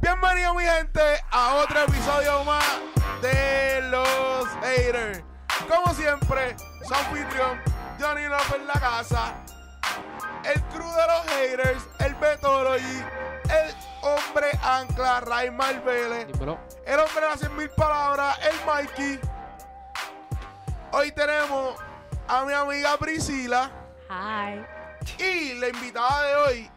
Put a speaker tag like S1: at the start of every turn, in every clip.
S1: Bienvenido mi gente a otro episodio más de Los Haters. Como siempre, su anfitrión, Johnny López en la casa, el crew de los haters, el Betology, el hombre ancla, Raymar Vélez,
S2: Dímelo.
S1: el hombre de las 100 mil palabras, el Mikey. Hoy tenemos a mi amiga Priscila
S3: Hi.
S1: y la invitada de hoy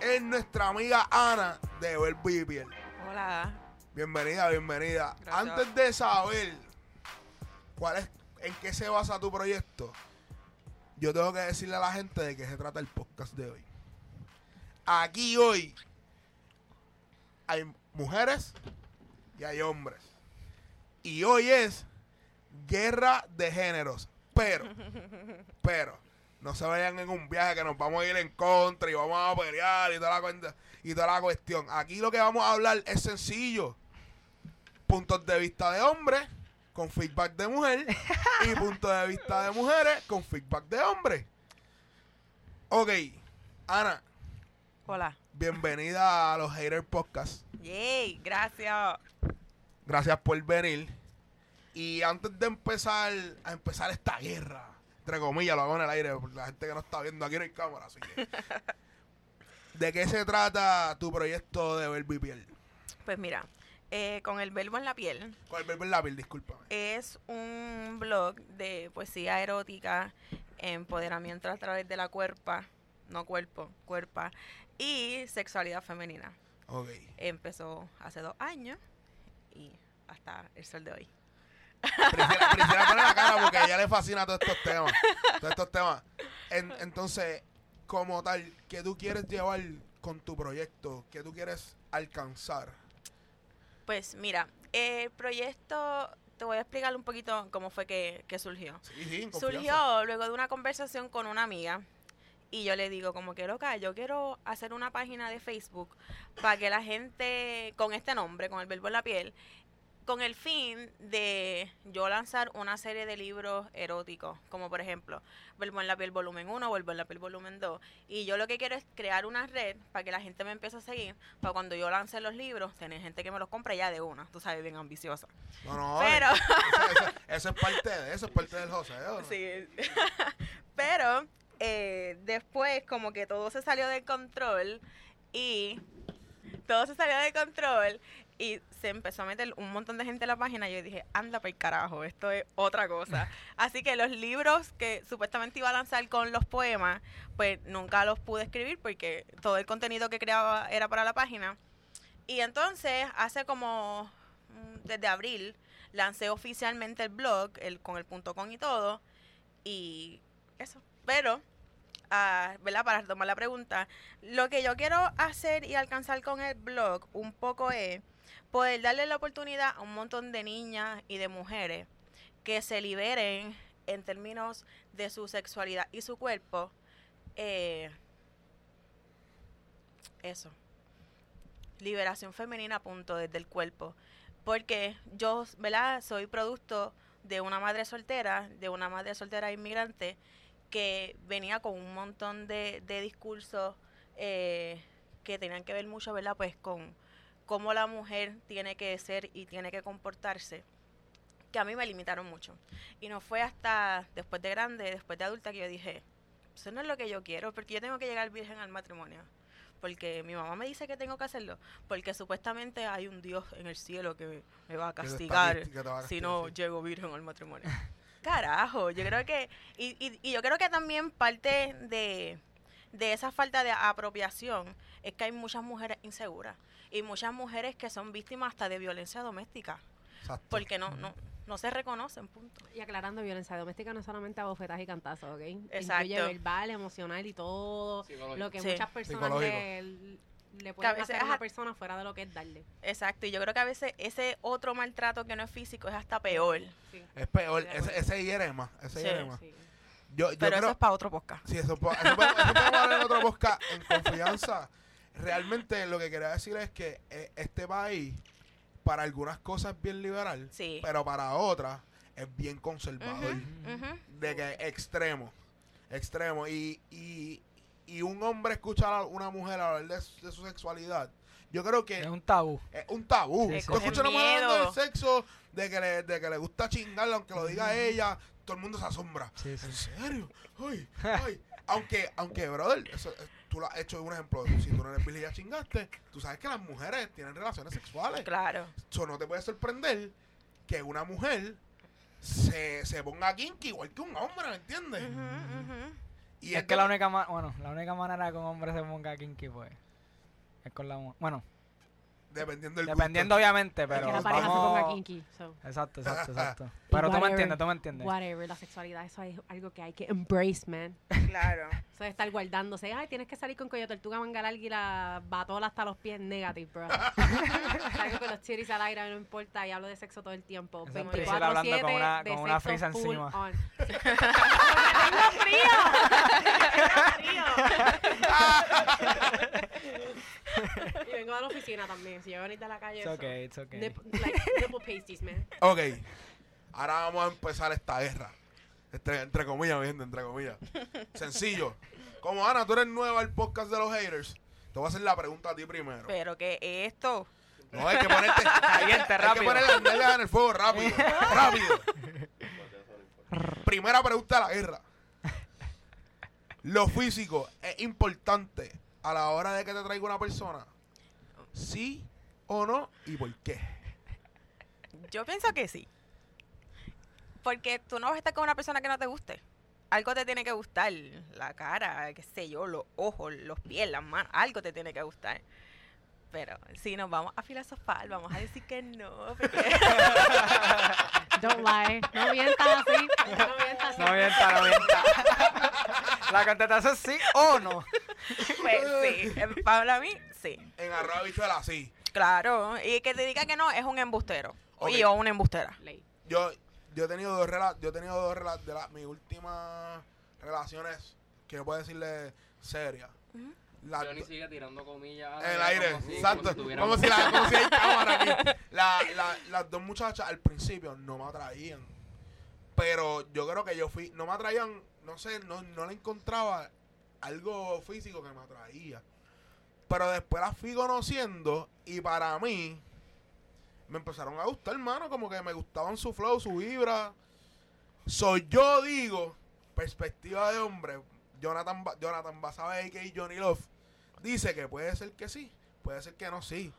S1: es nuestra amiga Ana de Ver Piel.
S4: Hola.
S1: Bienvenida, bienvenida.
S4: Gracias.
S1: Antes de saber cuál es, en qué se basa tu proyecto, yo tengo que decirle a la gente de qué se trata el podcast de hoy. Aquí hoy hay mujeres y hay hombres. Y hoy es guerra de géneros. Pero, pero, no se vayan en un viaje que nos vamos a ir en contra y vamos a pelear y toda la, cuenta- y toda la cuestión. Aquí lo que vamos a hablar es sencillo. Puntos de vista de hombres con feedback de mujer y puntos de vista de mujeres con feedback de hombres. Ok, Ana,
S4: Hola.
S1: bienvenida a los Hater Podcast.
S4: Yay, gracias.
S1: Gracias por venir. Y antes de empezar a empezar esta guerra, entre comillas, lo hago en el aire, porque la gente que no está viendo aquí no hay cámara, así que. ¿De qué se trata tu proyecto de Verbo Piel?
S4: Pues mira, eh, con el verbo en la piel
S1: Con el Verbo en la piel, discúlpame.
S4: es un blog de poesía erótica, empoderamiento a través de la cuerpa, no cuerpo, cuerpa, y sexualidad femenina.
S1: Ok.
S4: Empezó hace dos años y hasta el sol de hoy.
S1: Priscila, Priscila pone la cara porque a ella le fascina todos estos temas. Todos estos temas. En- entonces, como tal, ¿qué tú quieres llevar con tu proyecto? ¿Qué tú quieres alcanzar?
S4: Pues mira, el proyecto, te voy a explicar un poquito cómo fue que, que surgió.
S1: Sí, sí, en confianza.
S4: surgió luego de una conversación con una amiga y yo le digo como que loca, yo quiero hacer una página de Facebook para que la gente con este nombre, con el verbo en la piel, con el fin de yo lanzar una serie de libros eróticos, como por ejemplo Verbo en la piel volumen 1, Verbo en la piel volumen 2. Y yo lo que quiero es crear una red para que la gente me empiece a seguir, para cuando yo lance los libros, tener gente que me los compre ya de una, tú sabes, bien ambiciosa.
S1: No, no,
S4: Pero...
S1: Eso, eso- eso es parte de eso, es parte del joseo. ¿no?
S4: Sí. Pero eh, después como que todo se salió de control y todo se salió de control y se empezó a meter un montón de gente en la página y yo dije, anda para el carajo, esto es otra cosa. Así que los libros que supuestamente iba a lanzar con los poemas, pues nunca los pude escribir porque todo el contenido que creaba era para la página. Y entonces, hace como mm, desde abril, lancé oficialmente el blog el, con el punto com y todo. Y eso. Pero, ah, ¿verdad? Para retomar la pregunta, lo que yo quiero hacer y alcanzar con el blog un poco es poder darle la oportunidad a un montón de niñas y de mujeres que se liberen en términos de su sexualidad y su cuerpo. eh, eso. Liberación femenina, punto, desde el cuerpo porque yo, ¿verdad? Soy producto de una madre soltera, de una madre soltera inmigrante que venía con un montón de, de discursos eh, que tenían que ver mucho, ¿verdad? Pues con cómo la mujer tiene que ser y tiene que comportarse, que a mí me limitaron mucho. Y no fue hasta después de grande, después de adulta, que yo dije, eso no es lo que yo quiero, porque yo tengo que llegar virgen al matrimonio. Porque mi mamá me dice que tengo que hacerlo, porque supuestamente hay un Dios en el cielo que me va a
S1: Que te está
S4: castigar
S1: casti- que te va a
S4: si
S1: castigar,
S4: no
S1: sí.
S4: llego virgen al matrimonio. Carajo, yo creo que, y, y- y yo creo que también parte de, de esa falta de apropiación es que hay muchas mujeres inseguras y muchas mujeres que son víctimas hasta de violencia doméstica,
S1: Exacto.
S4: porque no, no, no se reconocen, punto.
S3: Y aclarando, violencia doméstica no es solamente a bofetas y cantazos, ¿ok? Incluye
S4: Exacto.
S3: verbal, emocional y todo lo que
S4: Sí.
S3: muchas personas le, le
S4: Que a
S3: pueden
S4: veces
S3: hacer a
S4: ajá.
S3: una persona fuera de lo que es darle.
S4: Exacto, y yo creo que a veces ese otro maltrato que no es físico es hasta peor.
S3: Sí.
S1: Es peor,
S4: Sí, de
S1: ese, ese hiere más, ese
S4: Sí.
S1: hiere más.
S3: Sí.
S1: Yo, yo
S4: Pero
S1: creo,
S4: eso es para otro podcast.
S1: Sí, eso, po- eso podemos eso podemos hablar en otro podcast en confianza. Realmente lo que quería decir es que eh, este país, para algunas cosas es bien liberal,
S4: Sí.
S1: pero para otras es bien
S4: Ujú,
S1: conservador.
S4: ujú.
S1: De que extremo, extremo. Y, y, y un hombre escuchar a una mujer hablar de, su- de su sexualidad, yo creo que
S5: Es un tabú.
S1: es un tabú.
S5: Sí,
S1: Tú
S5: cogen
S1: escuchas a una mujer hablando
S4: miedo.
S1: del sexo, de que, le, de que le gusta chingarla, aunque lo diga ella, todo el mundo se asombra.
S5: Sí, sí.
S1: ¿En serio? Ay, ay. Aunque, aunque, brother, eso, eh, tú lo has hecho un ejemplo. Si tú no eres virgen y ya chingaste, tú sabes que las mujeres tienen relaciones sexuales.
S4: Claro.
S1: Eso no te puede sorprender que una mujer se, se ponga kinky igual que un hombre, ¿me entiendes?
S4: Ujú, ujú.
S1: Y
S5: Y es que la única manera, bueno, la única manera que un hombre se ponga kinky, pues, es con la mu- Bueno,
S1: Dependiendo del
S5: dependiendo obviamente, pero
S3: que la pareja se ponga
S5: vamos...
S3: kinky. so,
S5: Exacto, exacto, exacto. pero tú me
S3: whatever.
S5: entiendes, tú me entiendes.
S3: whatever, la sexualidad, eso es algo que hay que embrace, man.
S4: Claro.
S3: Eso de estar guardándose. Ay, tienes que salir con cuello de tortuga, manga larga y la batola hasta los pies. Negative, bro. Salgo con los chiris al aire, no importa. Y hablo de sexo todo el tiempo.
S5: Esa es Priscila
S3: 24
S5: hablando con una-
S3: de
S5: con una
S3: sexo
S5: frisa
S3: full
S5: encima.
S3: on. ¡Tengo frío! ¡Tengo frío! y vengo de la oficina también. Si yo vengo de la calle,
S5: It's
S3: eso.
S5: okay, it's okay.
S3: Nip- like, nipple pasties, man.
S1: Ok. Ahora vamos a empezar esta guerra. Entre, entre comillas, mi gente, entre comillas. Sencillo. Como Ana, tú eres nueva al podcast de los haters, te voy a hacer la pregunta a ti primero.
S4: Pero que esto.
S1: No, hay que ponerte
S5: Caliente,
S1: hay que
S5: rápido.
S1: poner las nalgas en el fuego rápido. rápido. Primera pregunta de la guerra. ¿Lo físico es importante a la hora de que te traiga una persona? ¿Sí o no? ¿Y por qué?
S4: Yo pienso que sí. Porque tú no vas a estar con una persona que no te guste. Algo te tiene que gustar. La cara, qué sé yo, los ojos, los pies, las manos. Algo te tiene que gustar. Pero si nos vamos a filosofar, vamos a decir que no. porque-
S3: Don't lie. No mientas así. No mientas así.
S5: No mienta, no mienta. la contestación es sí o no.
S4: pues sí, eh, para mí, sí.
S1: En arroba bichuela, sí.
S4: Claro. Y que te diga que no es un embustero.
S1: Ok.
S4: Y o una embustera.
S3: Ley.
S1: Yo, yo he tenido dos rela yo he tenido dos rela de las mis últimas relaciones que yo puedo decirle serias.
S4: Ujú.
S1: Las
S6: Johnny
S1: do-
S6: sigue tirando comillas. al
S1: En el aire,
S6: como si-
S1: exacto.
S6: como si
S1: Como si, la, como si hay cámara aquí. La- la- las dos muchachas al principio no me atraían. Pero yo creo que yo fui. No me atraían, no sé, no, no le encontraba algo físico que me atraía. Pero después las fui conociendo y para mí me empezaron a gustar, hermano. Como que me gustaban su flow, su vibra. Soy yo digo, perspectiva de hombre, Jonathan, Ba- Jonathan Basabe, a.k.a. Johnny Love, dice que puede ser que sí, puede ser que no sí.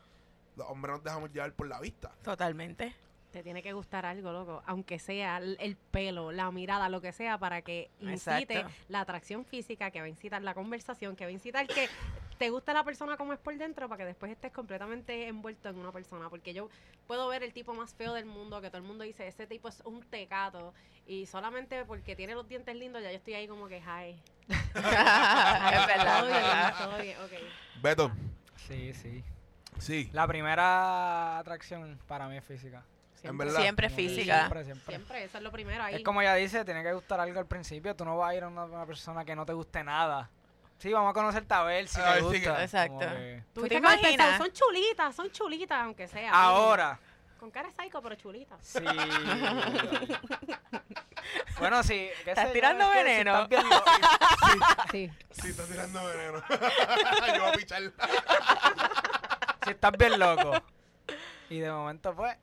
S1: Los hombres nos dejamos llevar por la vista.
S4: Totalmente.
S3: Te tiene que gustar algo, loco. Aunque sea el, el pelo, la mirada, lo que sea, para que incite
S4: Exacto.
S3: la atracción física, que va a incitar la conversación, que va a incitar que te gusta la persona como es por dentro, para que después estés completamente envuelto en una persona. Porque yo puedo ver el tipo más feo del mundo, que todo el mundo dice, ese tipo es un tecato. Y solamente porque tiene los dientes lindos, ya yo estoy ahí como que, hi.
S4: es verdad,
S3: todo
S4: es
S3: bien,
S4: verdad.
S3: todo bien, ok.
S1: Beto,
S5: Sí, sí.
S1: sí.
S5: La primera atracción para mí es física.
S1: En
S3: Siempre,
S1: verdad.
S4: Siempre
S5: Como que
S4: física.
S5: Siempre, siempre.
S3: siempre, eso es lo primero ahí.
S5: Es como ella dice, tiene que gustar algo al principio. Tú no vas a ir a una, una persona que no te guste nada. Sí, vamos a conocerte a ver si
S1: A
S5: te
S1: ver si
S5: gusta.
S1: que-
S5: Como
S4: Exacto.
S5: que-
S3: Tú
S4: ¿Tú te
S3: viste cómo
S4: imaginas?
S3: empezaron, Son chulitas, son chulitas, aunque sea.
S5: Ahora,
S3: Con cara psycho, pero chulita.
S5: sí. bueno, sí. qué
S4: Estás
S5: sé yo,
S4: tirando
S5: es que si
S4: veneno.
S5: estás bien loca-
S3: Sí.
S1: Sí, está tirando veneno. yo voy a pichar.
S5: si estás bien loco. Y de momento, pues,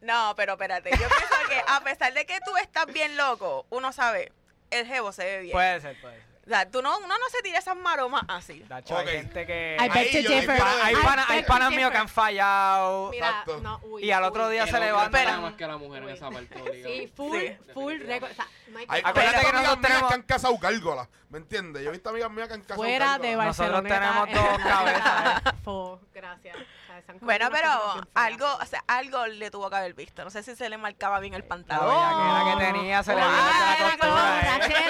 S4: No, pero espérate, yo pienso que a pesar de que tú estás bien loco, uno sabe, el jevo se ve bien.
S5: puede ser, puede ser.
S4: o sea, tú no, uno no se tira esas maromas así.
S5: Dacho,
S1: Ok.
S5: hay gente que...
S3: I bet you
S1: yo- ahí
S3: differ.
S1: para-
S5: Hay,
S1: ahí
S3: I
S1: para-
S5: pana- hay
S3: bet you
S5: panas míos
S3: differ.
S5: que han fallado.
S3: Mira,
S1: Exacto.
S3: no, uy,
S5: Y al otro
S3: uy.
S5: día
S6: El
S5: se
S6: hombre
S5: levanta.
S6: nada
S4: Espera.
S6: más que la mujer en esa parte. obligado.
S3: Sí, full,
S4: Sí.
S3: full récord. O sea, no hay
S1: Hay-
S3: que-
S5: Acuérdate
S1: yo he visto
S5: que nosotros
S1: amigas mías
S5: tenemos-
S1: que han casado gárgolas, ¿me entiendes? Yo he visto amigas mías que han casado
S3: Fuera de
S1: gárgolas.
S3: Barcelona.
S5: Nosotros tenemos dos cabezas,
S3: gracias. O sea, se han comido
S4: Bueno,
S3: unas
S4: pero
S3: cosas bien feas.
S4: algo, o sea, algo le tuvo que haber visto. No sé si se le marcaba bien el
S5: La
S4: pantalón.
S5: bellaquera que tenía se le vio
S4: Ah,
S5: la
S3: era como
S5: costura, ¿eh?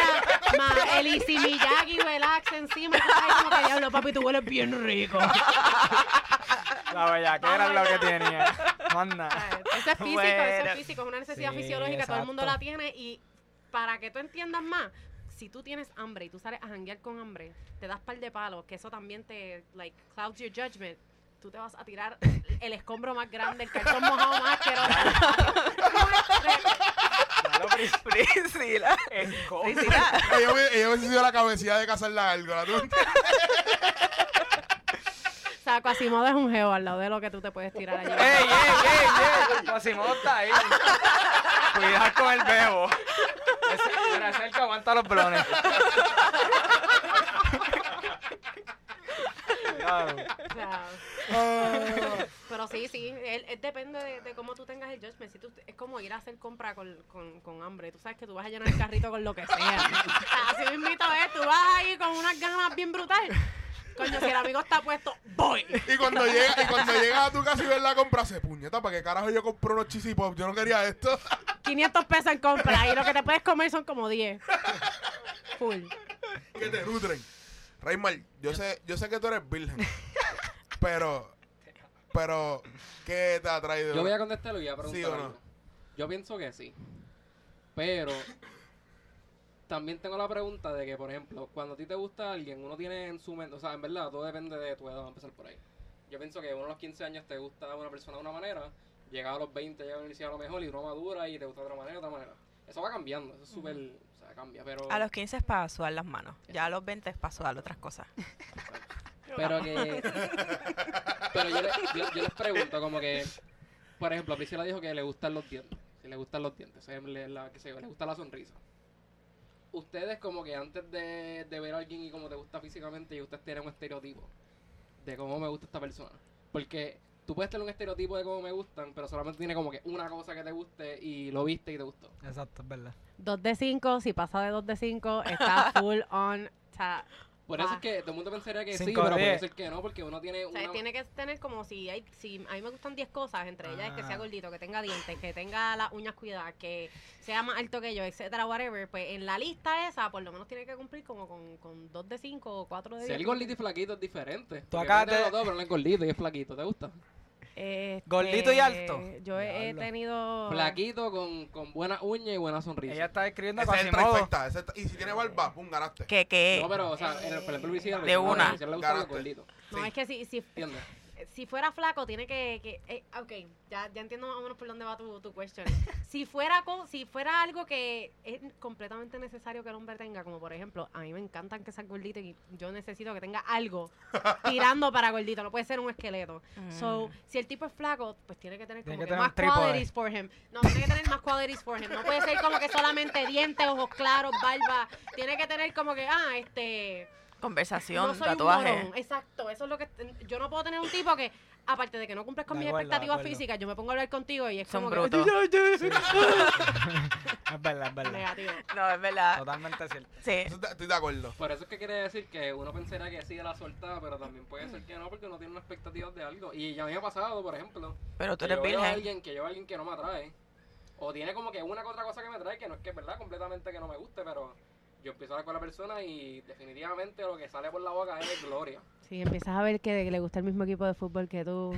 S3: borrachera, más el Izzy Miyagi, relax encima. Ay, como que diablo, papi, tú hueles bien rico.
S5: La bellaquera es lo que tenía. Manda.
S3: Eso es físico, eso
S5: Bueno.
S3: es físico, es una necesidad
S5: Sí,
S3: fisiológica, todo el mundo
S5: exacto.
S3: la tiene y para que tú entiendas más, si tú tienes hambre y tú sales a janguear con hambre, te das par de palos, que eso también te, like, clouds your judgment. Tú te vas a tirar el escombro más grande, el cartón mojado más asqueroso.
S4: Priscila. Priscila.
S1: Ella me, ella me hizo la cabecilla de cazar la gárgola. ¿tú me entiendes?
S3: O sea, Quasimodo es un geo al lado de lo que tú te puedes tirar allí.
S5: Eh,
S2: ¡Ey, ey, ey, ey! Quasimodo está ahí. Cuidado con el bebo. Ese, mira, ese es el que aguanta los blones. Cuidado.
S3: O sea,
S1: Ah.
S3: Pero sí, sí, él, él depende de, de cómo tú tengas el judgment. Si tú, es como ir a hacer compra con, con, con hambre. Tú sabes que tú vas a llenar el carrito con lo que sea. O sea, Así mismito es, tú vas ahí con unas ganas bien brutal. Coño, si el amigo está puesto, voy.
S1: Y cuando llega, y cuando llega a tu casa y ves la compra, se puñeta, ¿para qué carajo yo compro unos chisipop? Yo no quería esto.
S3: 500 pesos en compra y lo que te puedes comer son como 10. Full.
S1: que te nutren. Raymar, yo sé, yo sé que tú eres virgen. pero, pero, ¿qué te ha traído?
S6: Yo voy a contestarlo y voy a
S1: Sí
S6: preguntar.
S1: o no.
S6: algo. Yo pienso que sí. Pero también tengo la pregunta de que, por ejemplo, cuando a ti te gusta alguien, uno tiene en su mente, o sea, en verdad, todo depende de tu edad, vamos a empezar por ahí. Yo pienso que uno a los 15 años te gusta una persona de una manera, llega a los 20, llega a la universidad a lo mejor y uno madura y te gusta de otra manera, de otra manera. Eso va cambiando, eso es súper, o sea, cambia, pero...
S4: A los 15 es para sudar las manos. Ya a los 20 es para sudar otras cosas.
S6: Pero que. Pero yo, le- yo- yo les pregunto, como que. Por ejemplo, Priscila dijo que le gustan los dientes. Que le gustan los dientes. eh, le, la- qué sé yo, le gusta la sonrisa. Ustedes, como que antes de, de ver a alguien y como te gusta físicamente, y ustedes tienen un estereotipo de cómo me gusta esta persona. Porque tú puedes tener un estereotipo de cómo me gustan, pero solamente tiene como que una cosa que te guste y lo viste y te gustó.
S2: Exacto, es verdad.
S3: 2 de 5, si pasa de 2 de 5, está full on. O sea,
S6: Por eso
S3: Ah.
S6: es que todo el mundo pensaría que sí,
S2: Cinco
S6: pero
S2: de
S6: puede
S2: diez.
S6: ser que no, porque uno tiene
S3: O sea,
S6: una.
S3: tiene que tener como si hay, si a mí me gustan 10 cosas, entre ellas es que sea
S2: Ah.
S3: gordito, que tenga dientes, que tenga las uñas cuidadas, que sea más alto que yo, etcétera, whatever, pues en la lista esa por lo menos tiene que cumplir como con, con 2 de 5 o 4 de 10.
S6: Ser gordito y flaquito es diferente. Porque
S2: acabas
S6: puedes tener
S2: de-
S6: los dos, pero no es gordito y es flaquito. ¿Te gusta?
S3: Este,
S2: Gordito y alto.
S3: Yo he, he
S2: Diablo.
S3: tenido...
S6: Flaquito con, con buena uña y buena sonrisa.
S2: Ella está escribiendo a
S1: Ese es el
S2: Quasimodo.
S1: trifecta, ese es el- y si tiene barba, pum, ganaste.
S4: Que, que.
S6: No, pero, o sea, en el, por ejemplo, Priscila,
S4: De
S6: Priscila-
S4: una.
S6: Priscila le gustan los
S1: Ganaste.
S6: gorditos.
S3: No,
S1: Sí.
S3: es que si, si,
S6: ¿Entiendes?
S3: Eh, si fuera flaco tiene que... que eh, ok, ya, ya entiendo más o menos por dónde va tu, tu question. si, fuera co- si fuera algo que es completamente necesario que el hombre tenga, como por ejemplo, a mí me encantan que seas gordito y yo necesito que tenga algo tirando para gordito, no puede ser un esqueleto.
S4: mm,
S3: So, si el tipo es flaco, pues tiene que tener
S2: Mm. Tiene
S3: como
S2: que
S3: que
S2: tener
S3: más
S2: un trípode.
S3: qualities for him. No, tiene que tener más qualities for him. No puede ser como que solamente dientes, ojos claros, barba. Tiene que tener como que, ah, este...
S4: Conversación,
S3: No soy un
S4: tatuaje.
S3: morón, Exacto, eso es lo que yo no puedo tener un tipo que aparte de que no cumples con
S2: De
S3: mis
S2: acuerdo,
S3: expectativas
S2: de acuerdo.
S3: físicas, yo me pongo a hablar contigo y es
S4: Son
S3: como que-
S4: brutos.
S2: Es verdad, es verdad.
S3: negativo.
S4: No, es verdad.
S2: Totalmente cierto.
S4: Sí.
S1: Eso te- estoy de acuerdo.
S6: Por eso es que quiere decir que uno pensaría que sí de la soltada, pero también puede ser que no, porque uno tiene una expectativa de algo. Y ya me ha pasado, por ejemplo,
S4: Pero tú
S6: que yo
S4: eres
S6: veo a
S4: virgen.
S6: alguien que yo veo a alguien que no me atrae. O tiene como que una que otra cosa que me atrae, que no es que es verdad completamente que no me guste, pero yo empiezo a hablar con la persona y definitivamente lo que sale por la boca es gloria.
S3: Sí, empiezas a ver que le gusta el mismo equipo de fútbol que tú.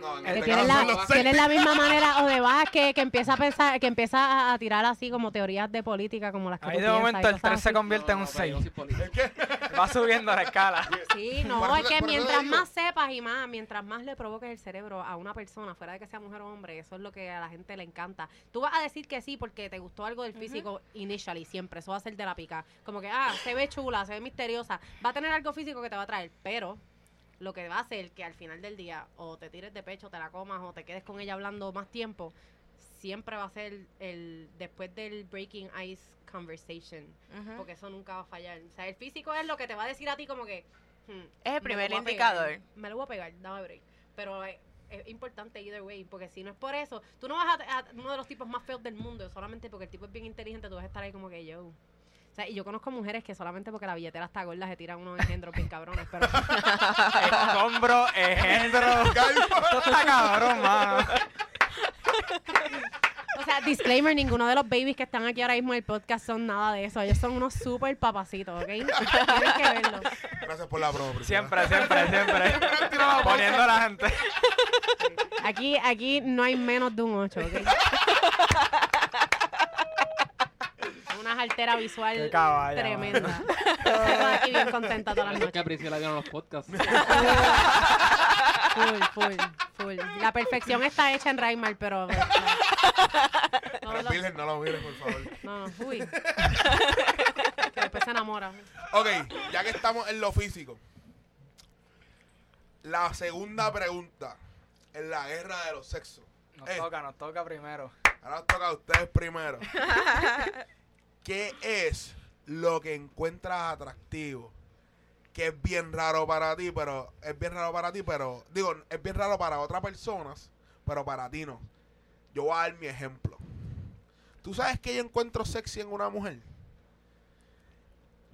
S1: No,
S6: Mm,
S1: en
S3: Que
S1: este
S3: tienes
S1: caso son
S3: la,
S1: los
S3: tienes la misma manera o de bajas que, que empieza a pensar, que empieza a- a tirar así como teorías de política, como las que
S2: Ahí
S3: tú
S2: de
S3: piensas,
S2: momento
S3: y
S2: el
S3: cosas
S2: 3 se
S3: así.
S2: convierte en
S6: no,
S2: un
S6: no, pero yo no
S2: 6.
S6: soy político.
S2: Va subiendo la escala.
S3: Sí, no,
S1: Por eso
S3: es
S1: te- por eso
S3: que
S1: te
S3: mientras
S1: digo.
S3: más sepas y más, mientras más le provoques el cerebro a una persona, fuera de que sea mujer o hombre, eso es lo que a la gente le encanta. Tú vas a decir que sí porque te gustó algo del físico initially, siempre, eso va a ser de la pica. Como que, ah, se ve chula, se ve misteriosa, va a tener algo físico que te va a traer, pero lo que va a hacer que al final del día o te tires de pecho, te la comas o te quedes con ella hablando más tiempo, siempre va a ser el después del breaking ice conversation,
S4: Ujú.
S3: porque eso nunca va a fallar. O sea, el físico es lo que te va a decir a ti como que... hmm,
S4: Es el
S3: me lo
S4: primer
S3: voy a
S4: indicador.
S3: pegar, me lo voy a pegar, dame break. Pero eh, es, importante either way, porque si no es por eso, tú no vas a, a uno de los tipos más feos del mundo, solamente porque el tipo es bien inteligente, tú vas a estar ahí como que yo. O sea, y yo conozco mujeres que solamente porque la billetera está gorda se tiran unos engendros bien cabrones, pero
S2: Escombro, engendro. Esto está cabrón, mano.
S3: o sea, disclaimer, ninguno de los babies que están aquí ahora mismo en el podcast son nada de eso, ellos son unos súper papacitos, ¿ok? Tienes que verlo.
S1: Gracias por la broma. Priscila.
S2: Siempre, siempre, siempre. Poniendo a la gente.
S3: Aquí, aquí no hay menos de un 8, ¿ok? Una una jartera visual
S5: Qué caballo,
S3: tremenda. Estaba aquí bien contenta todas
S6: Parece
S3: las
S6: que
S3: noches.
S6: a Priscila vieron los podcasts.
S3: Full, full, full. La perfección está hecha en Raimar, pero... no,
S1: Pero
S3: no,
S1: Pilsen, no lo mires, por favor.
S3: no, no, uy. Que después se enamora.
S1: Ok, ya que estamos en lo físico. La segunda pregunta. En la guerra de los sexos.
S2: Nos
S1: Eh.
S2: toca, nos toca primero.
S1: Ahora os toca a ustedes primero. ¿Qué es lo que encuentras atractivo? Que es bien raro para ti, pero. Es bien raro para ti, pero. Digo, es bien raro para otras personas, pero para ti no. Yo voy a dar mi ejemplo. ¿Tú sabes que yo encuentro sexy en una mujer?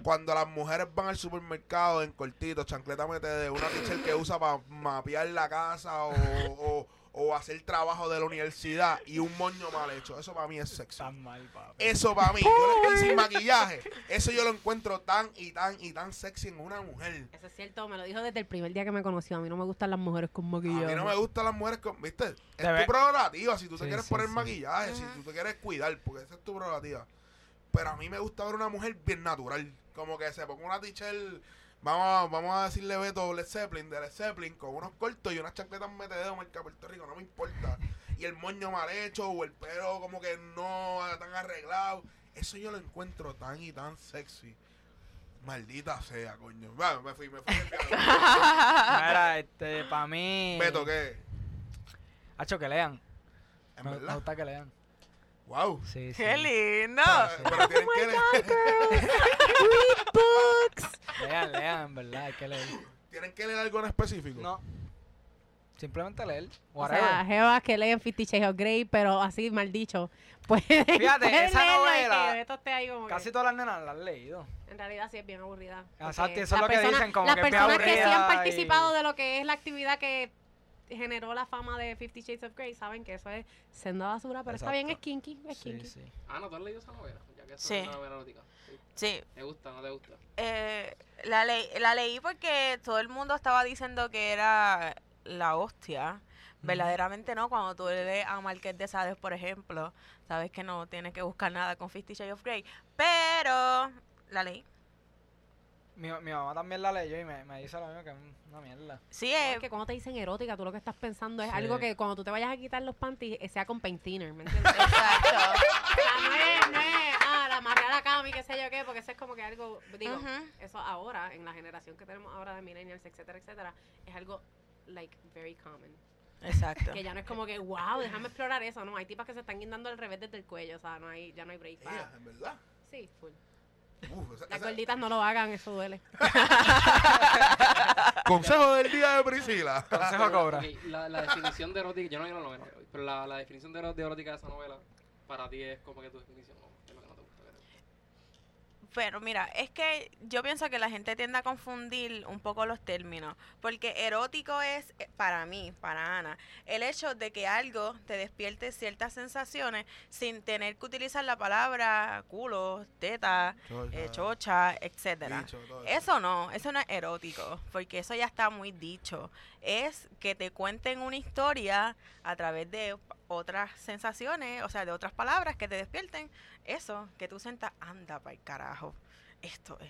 S1: Cuando las mujeres van al supermercado en cortito, chancleta mete de una teacher que usa para mapear la casa o, o- o hacer trabajo de la universidad y un moño mal hecho. Eso para mí es sexy.
S5: Tan mal, papi.
S1: Eso para mí, yo lo- y sin maquillaje, eso yo lo encuentro tan y tan y tan sexy en una mujer.
S3: Eso es cierto, me lo dijo desde el primer día que me conoció. A mí no me gustan las mujeres con
S1: A mí
S3: maquillaje.
S1: no me gustan las mujeres con, ¿viste? Es
S5: ve-
S1: tu prerrogativa si tú te
S5: Sí,
S1: quieres
S5: sí,
S1: poner
S5: sí.
S1: maquillaje, si
S4: Ajá.
S1: tú te quieres cuidar, porque esa es tu prerrogativa. Pero a mí me gusta ver una mujer bien natural, como que se ponga una t-shirt, vamos, a- vamos a decirle Beto Led Zeppelin, de Led Zeppelin, con unos cortos y unas chancletas metededo marca Puerto Rico, no me importa. Y el moño mal hecho o el pelo como que no tan arreglado. Eso yo lo encuentro tan y tan sexy. Maldita sea, coño. Bueno, me fui, me fui. del diablo.
S2: Mira, este, para mí.
S1: Beto, ¿qué?
S5: Hacho, que lean.
S1: En
S5: Me, me
S1: verdad.
S5: gusta que lean.
S1: Wow.
S5: Sí, sí.
S4: ¡Qué lindo!
S1: Ah,
S5: sí.
S1: pero tienen que leer-
S5: Lean, lean, en verdad, hay que leer.
S1: ¿Tienen que leer algo en específico?
S5: No. Simplemente leer.
S3: O
S5: Whatever.
S3: sea, jevas que leen Fifty Shades of Grey, pero así mal dicho. Pues
S2: Fíjate, esa novela-
S3: esto esté ahí como que-
S2: Casi todas las nenas las han leído.
S3: en realidad sí es bien aburrida.
S2: Exacto,
S3: porque
S2: eso es
S3: las
S2: lo que
S3: personas-
S2: dicen, como
S3: Las
S2: que es bien
S3: personas que sí han
S2: aburrida
S3: participado
S2: y-
S3: de lo que es la actividad que generó la fama de Fifty Shades of Grey saben que eso es senda basura, pero está bien, es
S5: Exacto.
S3: kinky, es
S5: Sí,
S3: kinky.
S5: sí.
S6: Ah, no, tú has leído esa novela. Ya que eso
S4: Sí.
S6: es una novela erótica. Sí.
S4: Sí,
S6: ¿Te gusta no te gusta?
S4: eh, la, ley la leí porque todo el mundo estaba diciendo que era la hostia. Verdaderamente no, cuando tú lees a Marqués de Sades, por ejemplo, sabes que no tienes que buscar nada con Fifty Shades of Grey, pero la leí.
S2: Mi, mi mamá también la leyó y me, me dice lo mismo que es una mierda.
S4: Sí,
S3: No,
S4: eh,
S3: Es que cuando te dicen erótica, tú lo que estás pensando es
S5: Sí.
S3: algo que cuando tú te vayas a quitar los panties eh, sea con paint thinner, ¿me entiendes? O
S4: exacto.
S3: sea, no es, no es, ah, la amarré a la cama y qué sé yo qué, porque eso es como que algo, digo,
S4: Ujú.
S3: eso ahora, en la generación que tenemos ahora de millennials, etcétera, etcétera, es algo, like, very common.
S4: Exacto.
S3: Que ya no es como que, wow, déjame explorar eso, no, hay tipas que se están guindando al revés desde el cuello, o sea, no hay, ya no hay break para-
S1: Ella, en verdad.
S3: Sí, full.
S1: Uf, esa-
S3: Las
S1: esa-
S3: gorditas no lo hagan, eso duele.
S1: Consejo del día de Priscila.
S2: Consejo cobra.
S6: Ok, la, la definición de erótica, yo no leí la novela, pero la, la definición de, ero- de erótica de esa novela, para ti es como que tu definición, ¿no? Es lo que no te gusta. ¿verdad?
S4: Pero mira, es que yo pienso que la gente tiende a confundir un poco los términos, porque erótico es, eh, para mí, para Ana, el hecho de que algo te despierte ciertas sensaciones sin tener que utilizar la palabra culo, teta, eh, chocha, etcétera.
S1: Bicho, todo
S4: Eso no, eso no es erótico, porque eso ya está muy dicho. Es que te cuenten una historia a través de otras sensaciones, o sea, de otras palabras que te despierten. Eso, que tú sientas, anda para el carajo. Esto es.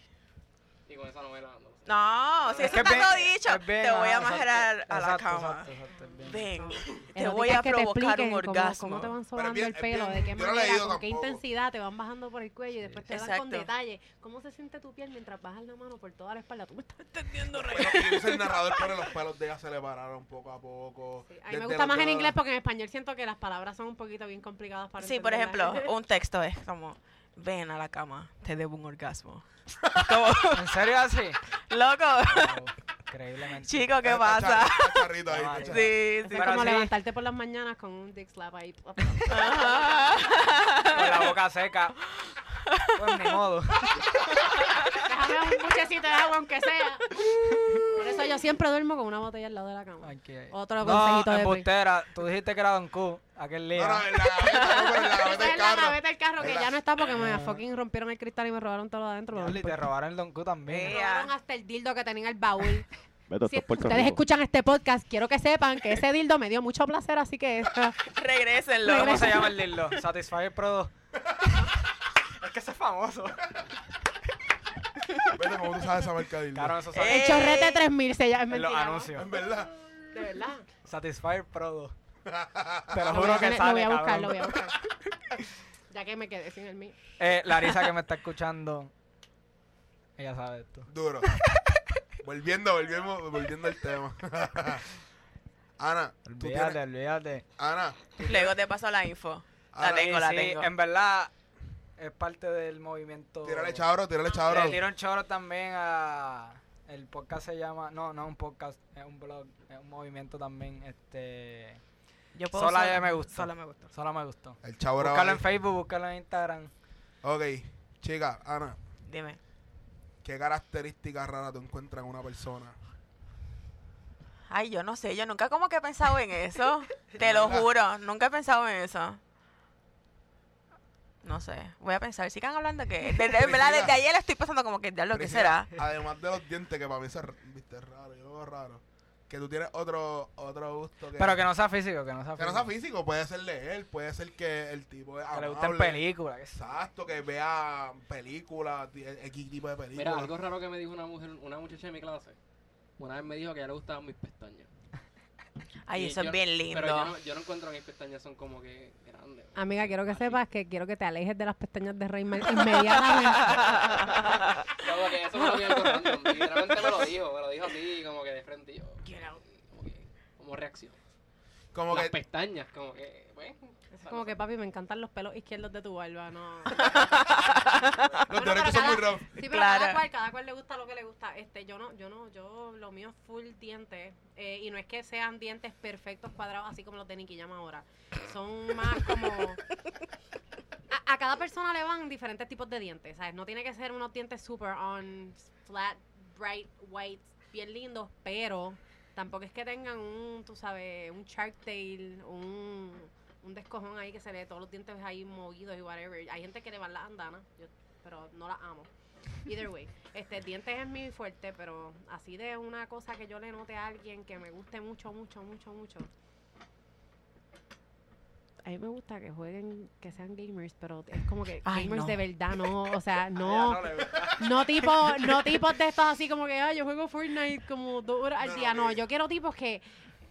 S6: Y con esa novela, no lo sé.
S4: No, si
S2: Es que
S4: eso está
S2: es
S4: todo
S2: bien-
S4: dicho,
S2: es bien,
S4: te voy a
S2: ajá,
S4: majerar
S2: exacto,
S4: a la
S2: exacto,
S4: cama.
S2: exacto, exacto, es bien.
S4: Ven, te
S3: Erótica
S4: voy
S3: es
S4: a
S3: que te
S4: provocar
S3: expliquen
S4: un
S3: cómo-
S4: orgasmo.
S3: Cómo, te van
S1: Pero es
S3: sobando
S1: bien-
S3: el
S1: es
S3: pelo, de qué
S1: bien- yo no he
S3: manera,
S1: leído
S3: con qué
S1: tampoco.
S3: intensidad te van bajando por el cuello y después te dan con
S4: Exacto.
S3: detalle. ¿Cómo se siente tu piel mientras bajas la mano por toda la espalda? Tú me estás-
S1: Pero piensa el narrador, pero los pelos de ella se le pararon poco a poco.
S3: Sí, A mí me
S1: Desde
S3: gusta
S1: los
S3: más en
S1: dedos-
S3: inglés porque en español siento que las palabras son un poquito bien complicadas para
S4: Sí, por ejemplo,
S3: entenderlas.
S4: un texto es como, ven a la cama, te debo un orgasmo.
S2: ¿En serio así?
S4: Loco,
S2: Wow, Increíblemente.
S4: chico, ¿qué
S1: Está
S4: pasa?
S1: charrito, está charrito ahí,
S2: Ah,
S1: está
S2: ya.
S1: charrito.
S4: Sí, sí.
S3: Eso es como
S2: sí.
S3: levantarte por las mañanas con un dick slap ahí.
S2: Con la boca seca. Pues ni modo.
S3: Déjame un buchecito de agua, aunque sea. Por eso yo siempre duermo con una botella al lado de la cama.
S2: Aquí.
S3: Otro
S2: No,
S3: consejito de Pri.
S2: embustera. Tú dijiste que era Don Q aquel
S1: No,
S2: día.
S1: no, en la gaveta, no, pero en la
S3: Esa
S1: gaveta del
S3: es la
S1: carro.
S3: naveta del carro que
S1: Es la-
S3: ya no está porque me fucking rompieron el cristal y me robaron todo lo de adentro. pero no
S2: Diablo, y te
S3: importa.
S2: robaron el Don Q también.
S4: Eh,
S3: Me robaron hasta el dildo que tenía en el baúl.
S7: Beto,
S3: Si
S7: esto es Puerto
S3: ustedes
S7: Rico.
S3: escuchan este podcast, quiero que sepan que ese dildo me dio mucho placer, así que
S4: Regrésenlo.
S2: ¿Cómo se llama el dildo? Satisfyer Pro 2. es que se es famoso.
S1: Vete, ¿cómo tú sabes esa mercadillo?
S2: Claro, eso sale
S4: Eh,
S3: El chorrete 3000 se llama. es
S2: en los
S3: mentira, ¿no?
S2: anuncios.
S1: En verdad.
S3: De verdad.
S5: Satisfyer Prodo. Te lo
S3: Lo voy,
S5: juro
S3: a
S5: que
S3: poner-
S5: sale,
S3: lo voy a buscar,
S5: cabrón.
S3: lo voy a buscar. Ya que me quedé sin el mío.
S5: Eh, Larisa que me está escuchando, ella sabe esto.
S1: Duro. volviendo, volviendo, volviendo al tema. Ana, tú
S5: Olvídate,
S1: tienes-
S5: olvídate.
S1: Ana,
S4: Luego te paso la info. La
S1: Ahora,
S4: tengo, la
S5: Sí, em,
S4: tengo.
S5: En verdad, es parte del movimiento.
S1: tírale chabro, tírale chabro.
S5: Le dieron choro también a. El podcast se llama. No, no es un podcast, es un blog, es un movimiento también. Este.
S4: Yo
S5: Sola ya me gustó.
S4: Sola me gustó.
S5: Solo me gustó.
S1: El chabro.
S5: Búscalo en Facebook, búscalo en Instagram.
S1: Ok, chica, Ana,
S4: Dime.
S1: ¿qué características raras tú encuentras en una persona?
S4: Ay, yo no sé, yo nunca como que he pensado en eso. Te lo juro, nunca he pensado en eso. No sé, voy a pensar, sigan hablando que... Desde, en verdad, desde ayer estoy pensando como que, lo que será?
S1: Priscila, Además de los dientes, que para mí eso es r- viste, raro, yo lo veo raro. Que tú tienes otro, otro gusto que...
S5: Pero que no sea físico, que no sea
S1: que
S5: físico.
S1: no sea físico, puede ser leer, puede ser que el tipo es
S5: Que le
S1: amable.
S5: gusten películas. que s-
S1: Exacto, que vea películas, di- X tipo de películas.
S6: Mira, algo raro que me dijo una mujer, una muchacha de mi clase. Una vez me dijo que a ella le gustaban mis pestañas.
S4: Ay,
S6: Y
S4: eso
S6: yo-
S4: es bien lindo.
S6: Pero yo no, yo no encuentro que mis pestañas son como que grandes.
S3: Amiga, quiero que
S6: Así.
S3: sepas que quiero que te alejes de las pestañas de Reymar inmediatamente.
S6: Como que eso me lo dijo algo random. Literalmente me lo dijo, me lo dijo así, como que de frente y yo.
S4: Get out.
S6: Como que, como reacción.
S1: Como
S6: Las
S1: que...
S6: pestañas, como que, bueno.
S3: Es como que, papi, me encantan los pelos izquierdos de tu barba, no.
S1: Los
S3: Bueno,
S1: derechos
S3: pero
S1: son muy
S3: cada-
S1: rough.
S3: Sí, pero
S4: Claro.
S3: cada cual, cada cual le gusta lo que le gusta. Este, yo no, yo no, yo lo mío es full dientes. eh, y no es que sean dientes perfectos, cuadrados, así como los de Nicky Llama ahora. Son más como. A, a cada persona le van diferentes tipos de dientes. ¿sabes? No tiene que ser unos dientes super on, flat, bright, white, bien lindos, pero tampoco es que tengan un, tú sabes, un shark tail, un, un descojón ahí que se le todos los dientes ahí movidos y whatever. Hay gente que le van las andanas, yo- pero no las amo. Either way, este dientes es mi fuerte, pero así de una cosa que yo le note a alguien que me guste mucho, mucho, mucho, mucho. A mí me gusta que jueguen, que sean gamers, pero es como que
S4: Ay,
S3: gamers
S4: no.
S3: de verdad, no, o sea,
S2: Ella
S3: no,
S2: no le gusta.
S3: no tipo, no tipos de estos así como que, ay, yo juego Fortnite como dos horas
S1: No,
S3: al día. No,
S1: que-
S3: yo quiero tipos que,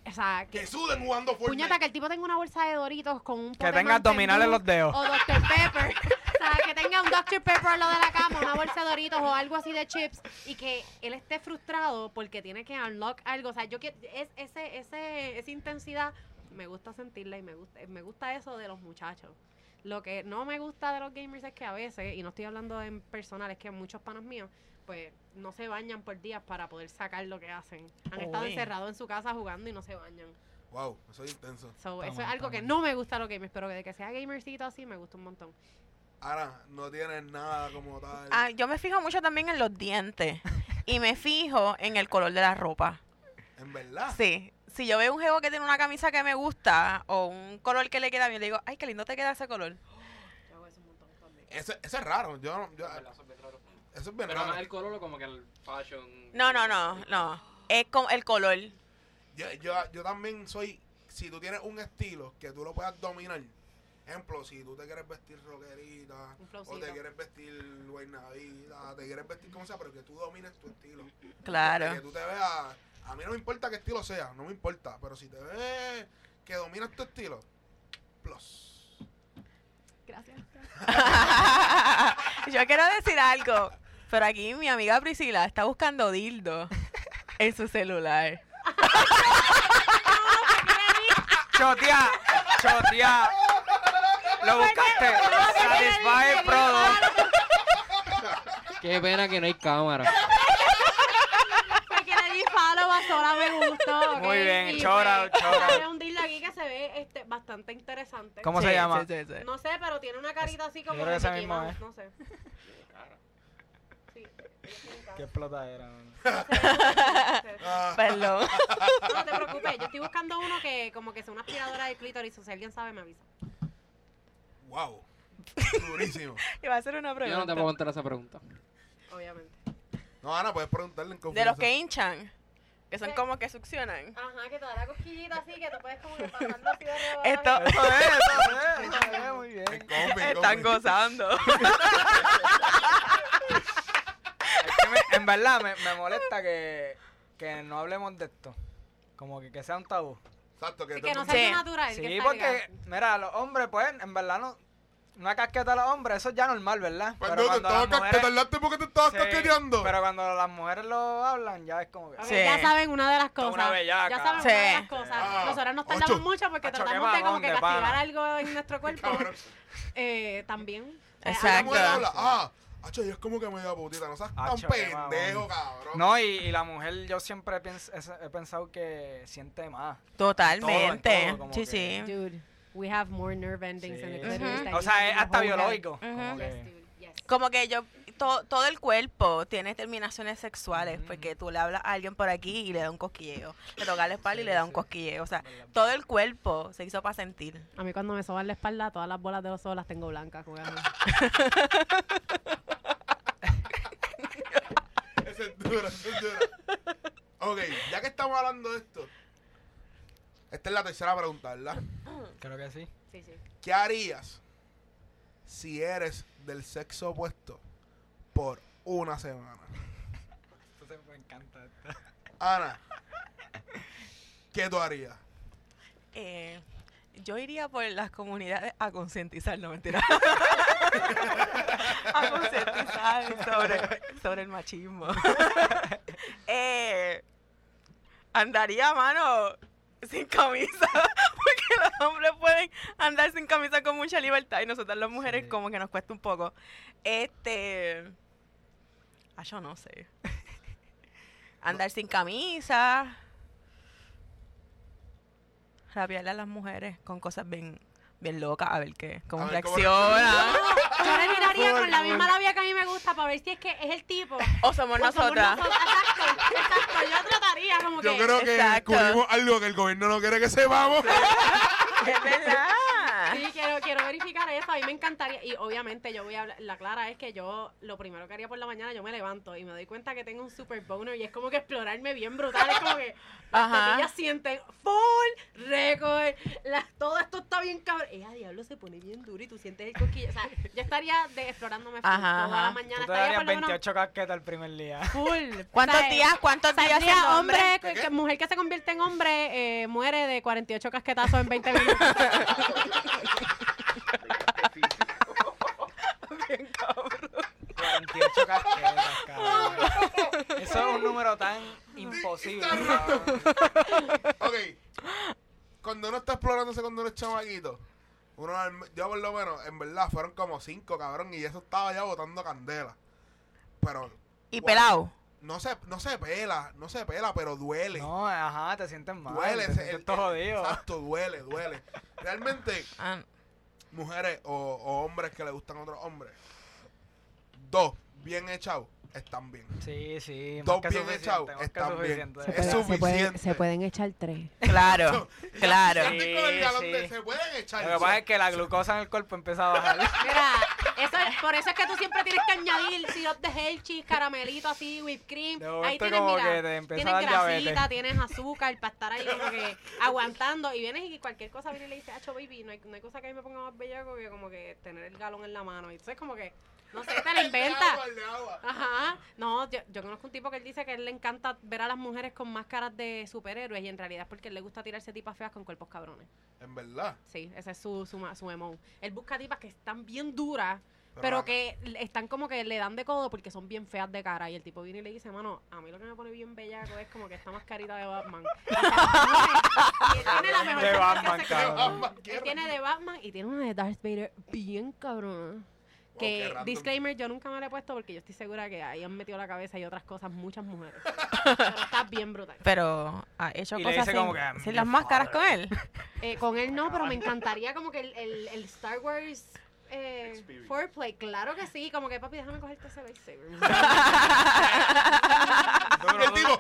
S3: o sea, que,
S1: Que suden jugando Fortnite.
S3: puñeta, que el tipo tenga una bolsa de Doritos con un
S5: Que
S3: Pokémon
S5: tenga abdominales en
S3: pendú
S5: los dedos.
S3: O Dr. Pepper. o sea, que tenga un Dr. Pepper al lado de la cama, una bolsa de Doritos o algo así de chips y que él esté frustrado porque tiene que unlock algo. O sea, yo que es, ese, ese, esa intensidad me gusta sentirla y me gusta, me gusta eso de los muchachos. Lo que no me gusta de los gamers es que a veces, y no estoy hablando en personal, es que muchos panos míos, pues no se bañan por días para poder sacar lo que hacen. Han estado
S4: Uy.
S3: encerrados en su casa jugando y no se bañan.
S1: Wow, eso es intenso.
S3: So,
S5: Está
S3: eso
S5: mal,
S3: es algo
S5: está
S3: que
S5: mal.
S3: no me gusta a los gamers, pero que de que sea gamercito así me gusta un montón.
S1: Ahora, no tienes nada como tal.
S4: Ah, yo me fijo mucho también en los dientes. Y me fijo en el color de la ropa.
S1: En verdad.
S4: Sí. Si yo veo un jevo que tiene una camisa que me gusta o un color que le queda bien, le digo, ay, qué lindo te queda ese color.
S3: Yo hago eso un montón también.
S1: Eso, eso es raro. Yo, no-
S5: Ah,
S1: yo-
S6: En verdad, eso es bien raro.
S1: eso es bien
S6: Pero más
S1: raro.
S6: el color o como que el fashion.
S4: No, no, no, no. Es con el color.
S1: Yo, yo, yo también soy. Si tú tienes un estilo que tú lo puedas dominar. Ejemplo, si tú te quieres vestir rockerita,
S3: Un
S1: o
S3: flowcito.
S1: te quieres vestir guaynavita, te quieres vestir como sea, pero que tú domines tu estilo. Que
S4: Claro.
S1: tú te veas. A mí no me importa qué estilo sea, no me importa. Pero si te ves que dominas tu estilo, plus.
S3: Gracias. gracias.
S4: yo quiero decir algo. Pero aquí mi amiga Priscila está buscando dildo en su celular.
S5: Chotea, chotea. Lo buscaste. Satisfyer Prodo.
S6: Qué pena que no hay cámara.
S3: Porque le di follow a Sola me gustó. ¿ok?
S5: Muy bien,
S3: Y
S5: shout
S3: pues,
S5: out, shout out.
S3: sale un dildo aquí que se ve este, bastante interesante.
S5: ¿Cómo se
S4: Sí,
S5: llama?
S4: sí, sí, sí.
S3: No sé, pero tiene una carita así como
S5: creo que
S3: de
S5: esa
S3: Mickey
S5: misma ¿eh?
S3: Mouse,
S5: es.
S3: no sé. Sí, ellos tienen cara.
S5: Qué explotadera.
S1: Ah,
S4: Perdón.
S3: No te preocupes, yo estoy buscando uno que como que sea una aspiradora de clítoris o si alguien sabe me avisa.
S1: wow. Durísimo.
S4: Iba a hacer una
S6: Yo no te
S4: pregunta.
S6: puedo contestar esa pregunta.
S3: Obviamente.
S1: No, Ana, puedes preguntarle en
S4: De los
S1: confianza.
S4: que hinchan, que son
S3: Sí.
S4: como que succionan.
S3: Ajá, que te da la cosquillita así, que tú puedes como que pasarlo así de rebajo.
S4: Esto
S5: Eso es, eso es, eso es, muy bien.
S1: En confi, en confi.
S4: están gozando.
S5: en verdad me, me molesta que, que no hablemos de esto. Como que, que sea un tabú.
S1: Exacto, que,
S3: Sí,
S1: todo
S3: que
S1: el
S3: no
S1: mundo-
S4: sé.
S3: sea
S4: Sí.
S3: natural.
S5: Sí,
S3: que
S5: porque,
S3: salga.
S5: mira, los hombres, pues, en verdad no. Una casqueta a los hombres, eso es ya normal, ¿verdad?
S1: Pues no, te estabas casqueteando porque te estabas
S5: sí,
S1: casqueteando.
S5: pero cuando las mujeres lo hablan, ya es como que.
S3: Ok,
S4: Sí.
S3: Ya saben una de las cosas.
S5: una bellaca.
S3: Ya saben
S4: Sí.
S3: una de las cosas.
S1: Ah,
S3: Nosotras nos
S1: ocho.
S3: tardamos mucho porque
S5: Ocho, qué
S3: tratamos de como
S5: mamón
S3: que
S5: de
S3: castigar
S5: pana.
S3: algo en nuestro cuerpo.
S1: Cabrón.
S3: eh, también.
S1: La
S4: Exacto.
S1: mujer habla, ah, acho, yo es como que me da putita, no seas tan
S5: Acho, qué mamón.
S1: pendejo, cabrón.
S5: No, y, y la mujer, yo siempre piens- es- he pensado que siente más.
S4: Totalmente.
S5: todo, como
S4: sí,
S5: que-
S4: sí.
S3: Dude, we have more nerve endings in the
S5: Sí.
S3: clitoris
S4: Ujú.
S3: than
S5: O sea,
S3: you
S5: es
S3: do in
S5: hasta
S3: the whole
S5: biológico.
S3: head.
S4: Ujú.
S5: Como que-
S3: Yes, dude, yes.
S4: Como que yo, to- todo el cuerpo tiene terminaciones sexuales,
S5: Ujú.
S4: porque tú le hablas a alguien por aquí y le da un cosquilleo. Le tocas la espalda y
S5: Sí,
S4: le da
S5: sí.
S4: un cosquilleo. O sea,
S5: ¿verdad?
S4: todo el cuerpo se hizo para sentir.
S3: A mí cuando me soban la espalda, todas las bolas de los ojos las tengo blancas. cubano.
S1: Esa es dura, esa es dura. Ok, ya que estamos hablando de esto, esta es la tercera pregunta, ¿verdad?
S5: Creo que sí.
S3: Sí, sí.
S1: ¿Qué harías si eres del sexo opuesto por una semana?
S5: Entonces me encanta esto.
S1: Ana, ¿qué tú harías?
S4: Eh, yo iría por las comunidades a concientizar, no mentira. a concientizar sobre, sobre el machismo. Eh, andaría mano sin camisa, porque los hombres pueden andar sin camisa con mucha libertad y nosotras las mujeres
S5: Sí.
S4: como que nos cuesta un poco. Este, ah, yo no sé. Andar sin camisa. Rabiarle a las mujeres con cosas bien, bien locas, a ver qué, cómo
S1: A ver cómo
S4: reaccionan.
S3: Yo le miraría con la misma labia que a mí me gusta para ver si es que es el tipo.
S4: O somos
S3: o somos
S4: nosotras.
S3: nosotras. Exacto, exacto. Yo trataría como
S1: Yo
S3: que...
S1: creo que
S4: exacto.
S1: descubrimos algo que el gobierno no quiere que sepamos.
S4: Es verdad.
S3: Sí, quiero, quiero verificar eso. A mí me encantaría. Y obviamente yo voy a hablar. La clara es que yo lo primero que haría por la mañana, yo me levanto y me doy cuenta que tengo un super boner y es como que explorarme bien brutal. Es como que las
S4: Ajá.
S3: tetillas sienten full récord. las- Todo esto está bien cabrón. Eh, a diablo se pone bien duro y tú sientes el cosquillo. O sea, yo estaría de, explorándome full
S4: Ajá,
S3: toda la
S4: ajá.
S3: mañana.
S5: Tú te
S3: Estaría
S5: darías
S3: por lo menos
S5: 28 casquetas el primer día.
S3: full. O
S4: ¿Cuántos
S3: sea,
S4: días, cuántos días
S3: Saldría
S4: siendo
S3: hombre,
S4: hombre?
S3: que- que mujer que se convierte en hombre eh, muere de 48 casquetazos en 20 minutos.
S4: Bien cabrón.
S5: 48 casquetas, cabrón. Eso es un número tan imposible. cabrón.
S1: Ok. Cuando uno está explorándose cuando uno es chamaquito, uno, al- yo por lo menos, en verdad, fueron como cinco, cabrón, y eso estaba ya botando candela. Pero
S4: Y pelado.
S1: no se, no se pela, no se pela, pero duele.
S5: No, ajá, te sientes mal.
S1: duele. se-
S5: te sientes
S1: el-
S5: todo jodido.
S1: Exacto, duele, duele. Realmente,
S4: Ah,
S1: mujeres o, o hombres que le gustan a otros hombres, dos bien echados, están bien.
S5: Sí, sí.
S1: Dos
S5: más que
S1: bien
S5: suficiente,
S1: echados,
S5: más que
S1: están bien.
S5: suficiente.
S1: Se puede- Es su- suficiente.
S3: pueden echar tres.
S4: Claro, claro.
S1: Se sienten con el
S5: Sí,
S1: galón
S5: sí.
S1: de- se pueden echar.
S5: Lo que pasa es que la glucosa en el cuerpo empieza a bajar.
S3: Mira, eso es- por eso es que tú siempre tienes que añadir sirope de Hershey, caramelito así, whipped cream.
S5: De
S3: ahí
S5: momento
S3: tienes,
S5: como
S3: mira,
S5: que te empieza
S3: tienes
S5: a dar
S3: grasita,
S5: diabetes.
S3: tienes azúcar para estar ahí como que aguantando. Y vienes y cualquier cosa viene y le dices, acho baby, no hay, no hay cosa que a mí me ponga más bellaco que como que tener el galón en la mano. Y entonces como que, no sé, te la inventa.
S1: El de agua,
S3: Ajá, no, yo, yo conozco un tipo que él dice que a él le encanta ver a las mujeres con máscaras de superhéroes y en realidad es porque él le gusta tirarse tipas feas con cuerpos cabrones.
S1: En verdad.
S3: Sí, ese es su, su, ma- su emo. Él busca tipas que están bien duras, pero,
S1: la-
S3: que le- están como que le dan de codo porque son bien feas de cara. Y el tipo viene y le dice, mano, a mí lo que me pone bien bellaco es como que esta mascarita de Batman. O sea, y él tiene la mejor
S5: De
S3: máscara
S5: Batman,
S3: que-
S5: cabrón.
S1: Caramba, qué
S3: Él tiene de Batman y tiene una de Darth Vader bien cabrona.
S1: Wow, qué
S3: Que,
S1: random.
S3: disclaimer, yo nunca me la he puesto porque yo estoy segura que ahí han metido la cabeza y otras cosas muchas mujeres. Pero está bien brutal.
S4: Pero ha hecho
S5: Y le
S4: cosas
S5: dice como
S4: sin,
S5: que, "Mm,
S4: sin
S5: "Mi
S4: las máscaras con él.
S3: Eh, con él no, pero me encantaría como que el, el- el Star Wars eh,
S7: Experience.
S3: foreplay. Claro que sí, como que papi, déjame cogerte ese lightsaber.
S1: Y el tipo.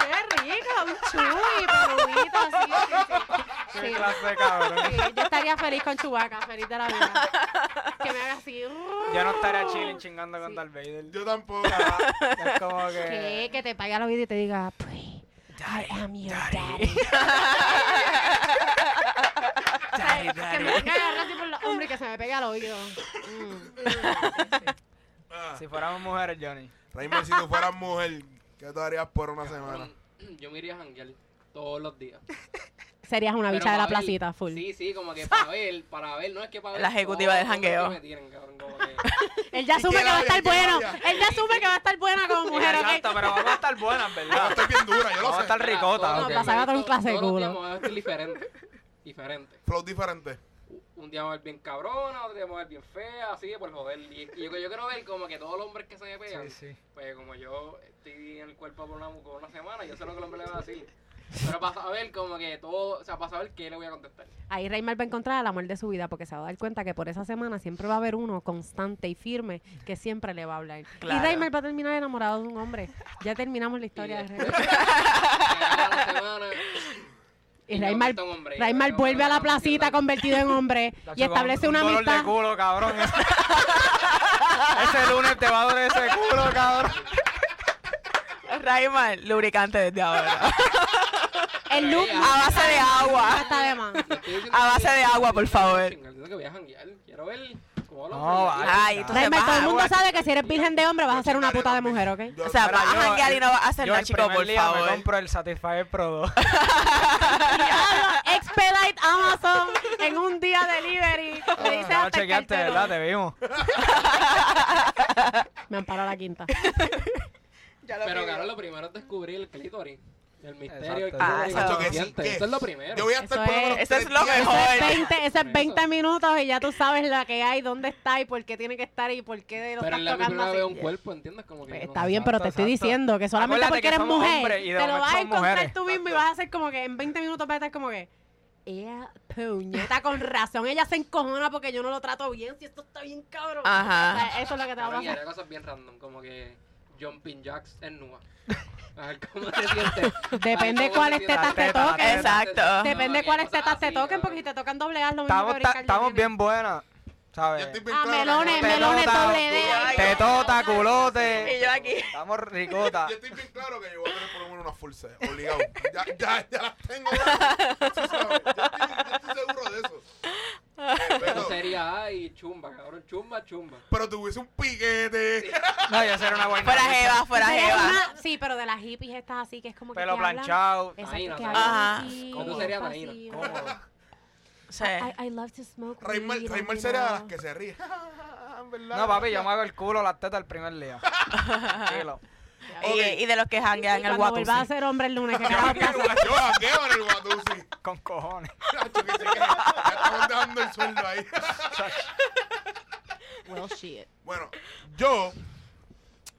S3: ¡Qué rico! Un chuy, peludito, así. sí, sí.
S5: Qué
S3: Sí,
S5: clase de cabrón.
S3: sí, yo estaría feliz con Chubaca, feliz de la vida. Que me haga así. uh,
S5: Yo no estaría chilling chingando con
S3: Sí.
S5: Darth Vader.
S1: Yo tampoco.
S5: Es como
S3: Que,
S5: que.
S3: que te pague la vida y te diga, "Pray, I am your daddy. O sea, Que me venga a agarrar así por los hombros y que se me pegue al oído. Mm.
S5: Si fuéramos mujeres, Johnny.
S1: Raymond, si tú fueras mujer, ¿qué tú harías por una semana?
S6: Cabrón, Mm, Yo me iría a janguear todos los días.
S3: Serías una
S6: Pero
S3: bicha de la
S6: para ver-
S3: placita, full.
S6: Sí, sí, como que para ver, para ver, no es que para ver.
S4: La ejecutiva
S6: todo
S4: del
S6: lo que
S4: jangueo.
S6: me tiren, cabrón, como que-
S3: Él ya asume
S1: ¿Y
S3: que
S1: quién
S3: va a estar
S1: habla? ¿Quién
S3: bueno.
S1: habla?
S3: Él ya asume que va a estar buena como mujer,
S5: Exacto,
S3: ¿ok?
S5: pero vamos a estar buenas,
S1: Yo
S5: ¿verdad?
S1: estoy bien dura, yo
S5: Vamos a
S1: lo sé.
S5: estar ricota.
S6: Todos
S3: No,
S6: los
S3: para
S6: días,
S3: sacar un clase de
S6: todos los días
S3: culo.
S6: me voy a vestir diferente. Diferente.
S1: Flow diferente.
S6: Un día me voy a ver bien cabrona, otro día me voy a ver bien fea, así por joder. Y, y yo, yo quiero ver como que todos los hombres que se me pegan.
S5: Sí, sí.
S6: Pues como yo estoy en el cuerpo por una, por una semana, yo sé lo que el hombre le va a decir. Pero para saber como que todo, o sea, para saber qué le voy a contestar.
S3: Ahí Reymar va a encontrar el amor de su vida porque se va a dar cuenta que por esa semana siempre va a haber uno constante y firme que siempre le va a hablar. Y
S4: Claro.
S3: Reymar va a terminar enamorado de un hombre. Ya terminamos la historia de Reymar.
S6: Acaba la semana,
S3: Y
S6: y me
S3: Reymar,
S6: convierto en hombre.
S3: Reymar
S6: Yo
S3: vuelve a la
S6: me convierto en
S3: placita
S6: hombre.
S3: convertido en hombre y
S5: Tacho,
S3: establece
S5: con
S3: una
S5: un dolor
S3: amistad.
S5: de culo, cabrón. ese lunes te va a doler ese culo, cabrón.
S4: Raymar, lubricante desde ahora.
S3: El
S6: Pero
S3: look
S6: ella-
S4: A base de agua.
S3: está de más.
S6: No estoy diciendo
S4: A
S6: que
S4: base
S6: voy
S4: de agua, por
S6: estoy
S4: favor.
S6: diciendo que voy a janguear. Quiero ver cómo lo
S5: No,
S6: aprendí.
S5: vaya.
S4: Ay, entonces
S3: Reymar,
S4: vas
S3: todo
S4: a
S3: el mundo
S4: agua-
S3: sabe que si eres virgen de hombre vas a
S1: Yo
S3: ser una
S1: chingaría
S3: puta de
S1: también.
S3: mujer, ¿ok?
S1: Yo-
S4: O sea,
S5: Mira,
S4: vas a
S5: yo-
S4: janguear y no vas a hacer
S5: Yo
S4: nada,
S5: el
S4: chicos,
S5: primer
S4: por
S5: día me
S4: favor.
S5: compro el Satisfyer Pro 2.
S3: Expedite Amazon en un día delivery. Le dice
S5: No,
S3: hasta el
S5: chequeaste,
S3: cartero.
S5: ¿verdad? Te vimos.
S3: Me amparó la quinta.
S6: Pero claro,
S4: Eh,
S6: lo primero es descubrir el clítoris. El misterio, el
S5: Exacto.
S4: Ah,
S6: clítoris,
S4: eso-
S6: los
S1: que sí,
S6: dientes.
S1: que-
S6: Eso es lo primero.
S1: Yo voy a
S3: Eso
S1: estar por lo
S3: es-
S1: menos
S4: eso es
S1: tres
S4: lo
S1: días-
S4: mejor.
S3: Ese
S4: Joder.
S3: es 20, ese es
S6: Eso.
S3: 20 minutos y ya tú sabes la que hay, dónde está y por qué tiene que estar y por qué
S6: Pero
S3: lo
S6: es
S3: estás
S6: la
S3: tocando
S6: primera
S3: así.
S6: vez un cuerpo, ¿entiendes? Como que
S3: Pues
S6: no
S3: está
S6: sé.
S3: bien, pero te
S5: Exacto,
S3: estoy
S5: exacto.
S3: diciendo que solamente
S5: Acuérdate
S3: porque
S5: que
S3: eres
S5: somos
S3: mujer
S5: hombres y
S3: te
S5: de
S3: lo
S5: momento
S3: vas a
S5: somos
S3: encontrar
S5: mujeres.
S3: tú mismo y vas a ser como que en 20 minutos vas a estar como que ella puñeta con razón, ella se encojona porque yo no lo trato bien, si esto está bien cabrón.
S5: Ah.
S4: Ajá.
S3: O sea, eso es lo que te va a
S6: Cabrón, y
S3: pasar.
S6: había cosas bien random, como que jumping jacks en nua. A ver cómo te sientes.
S3: Depende
S6: A ver cómo
S3: cuáles
S6: sientes.
S5: tetas te
S6: La teta, la
S4: toquen.
S6: teta.
S4: Exacto.
S3: Depende
S6: No,
S3: cuáles
S6: cosas
S3: tetas te
S6: así,
S3: toquen porque si
S6: cabrón.
S3: te tocan doble A es lo mismo
S5: Estamos,
S3: que
S5: ta-
S3: brincar de
S5: estamos
S3: nene.
S5: bien buenas,
S1: Yo
S5: ¿sabes?
S1: estoy bien
S3: Ah,
S1: claro que
S3: melones,
S1: no-
S5: Te
S3: melones
S5: nota,
S3: doble D.
S4: Ay,
S5: Tetota, culote.
S4: Y yo aquí.
S5: Estamos ricotas.
S1: Yo estoy bien claro que yo voy a tener por lo menos una full set, obligado. Ya, ya, ya las tengo. mano. Tú sabes, yo estoy, yo estoy seguro de eso. Eh,
S6: Eso
S1: pero,
S6: sería A y chumba, cabrón. Chumba, chumba.
S1: pero tuviese un piquete.
S5: No, yo seré una buena.
S4: Fuera jeva, fuera
S3: Pero es
S4: jeva.
S3: una- sí, pero de las hippies estas así que es como que
S5: Pelo
S3: te hablan-
S5: planchado.
S3: Exacto,
S6: Taína,
S3: que
S6: taína.
S3: hablan
S4: Ajá.
S3: así,
S6: Cómodo.
S3: bien
S6: Sería taína,
S3: pasivo.
S5: Cómodo.
S4: Sí.
S3: I, I love to smoke
S1: Raymar
S3: weed,
S1: Raymar
S3: you
S1: sería de las
S3: know.
S1: que se ríe. En verdad,
S5: No, papi, yo me hago el culo, las tetas el primer día. Tranquilo.
S4: Y, y de los que janguean
S3: Y
S4: en el
S3: cuando
S4: Watusi.
S3: vuelva a ser hombre el lunes, que
S1: Yo
S3: acabas de
S1: jangueo,
S3: hacer.
S1: Yo jangueo en el Watusi.
S5: Con cojones.
S1: Chacho, que sí que- ya estamos dejando el sueldo ahí.
S3: Well, shit.
S1: Bueno, yo.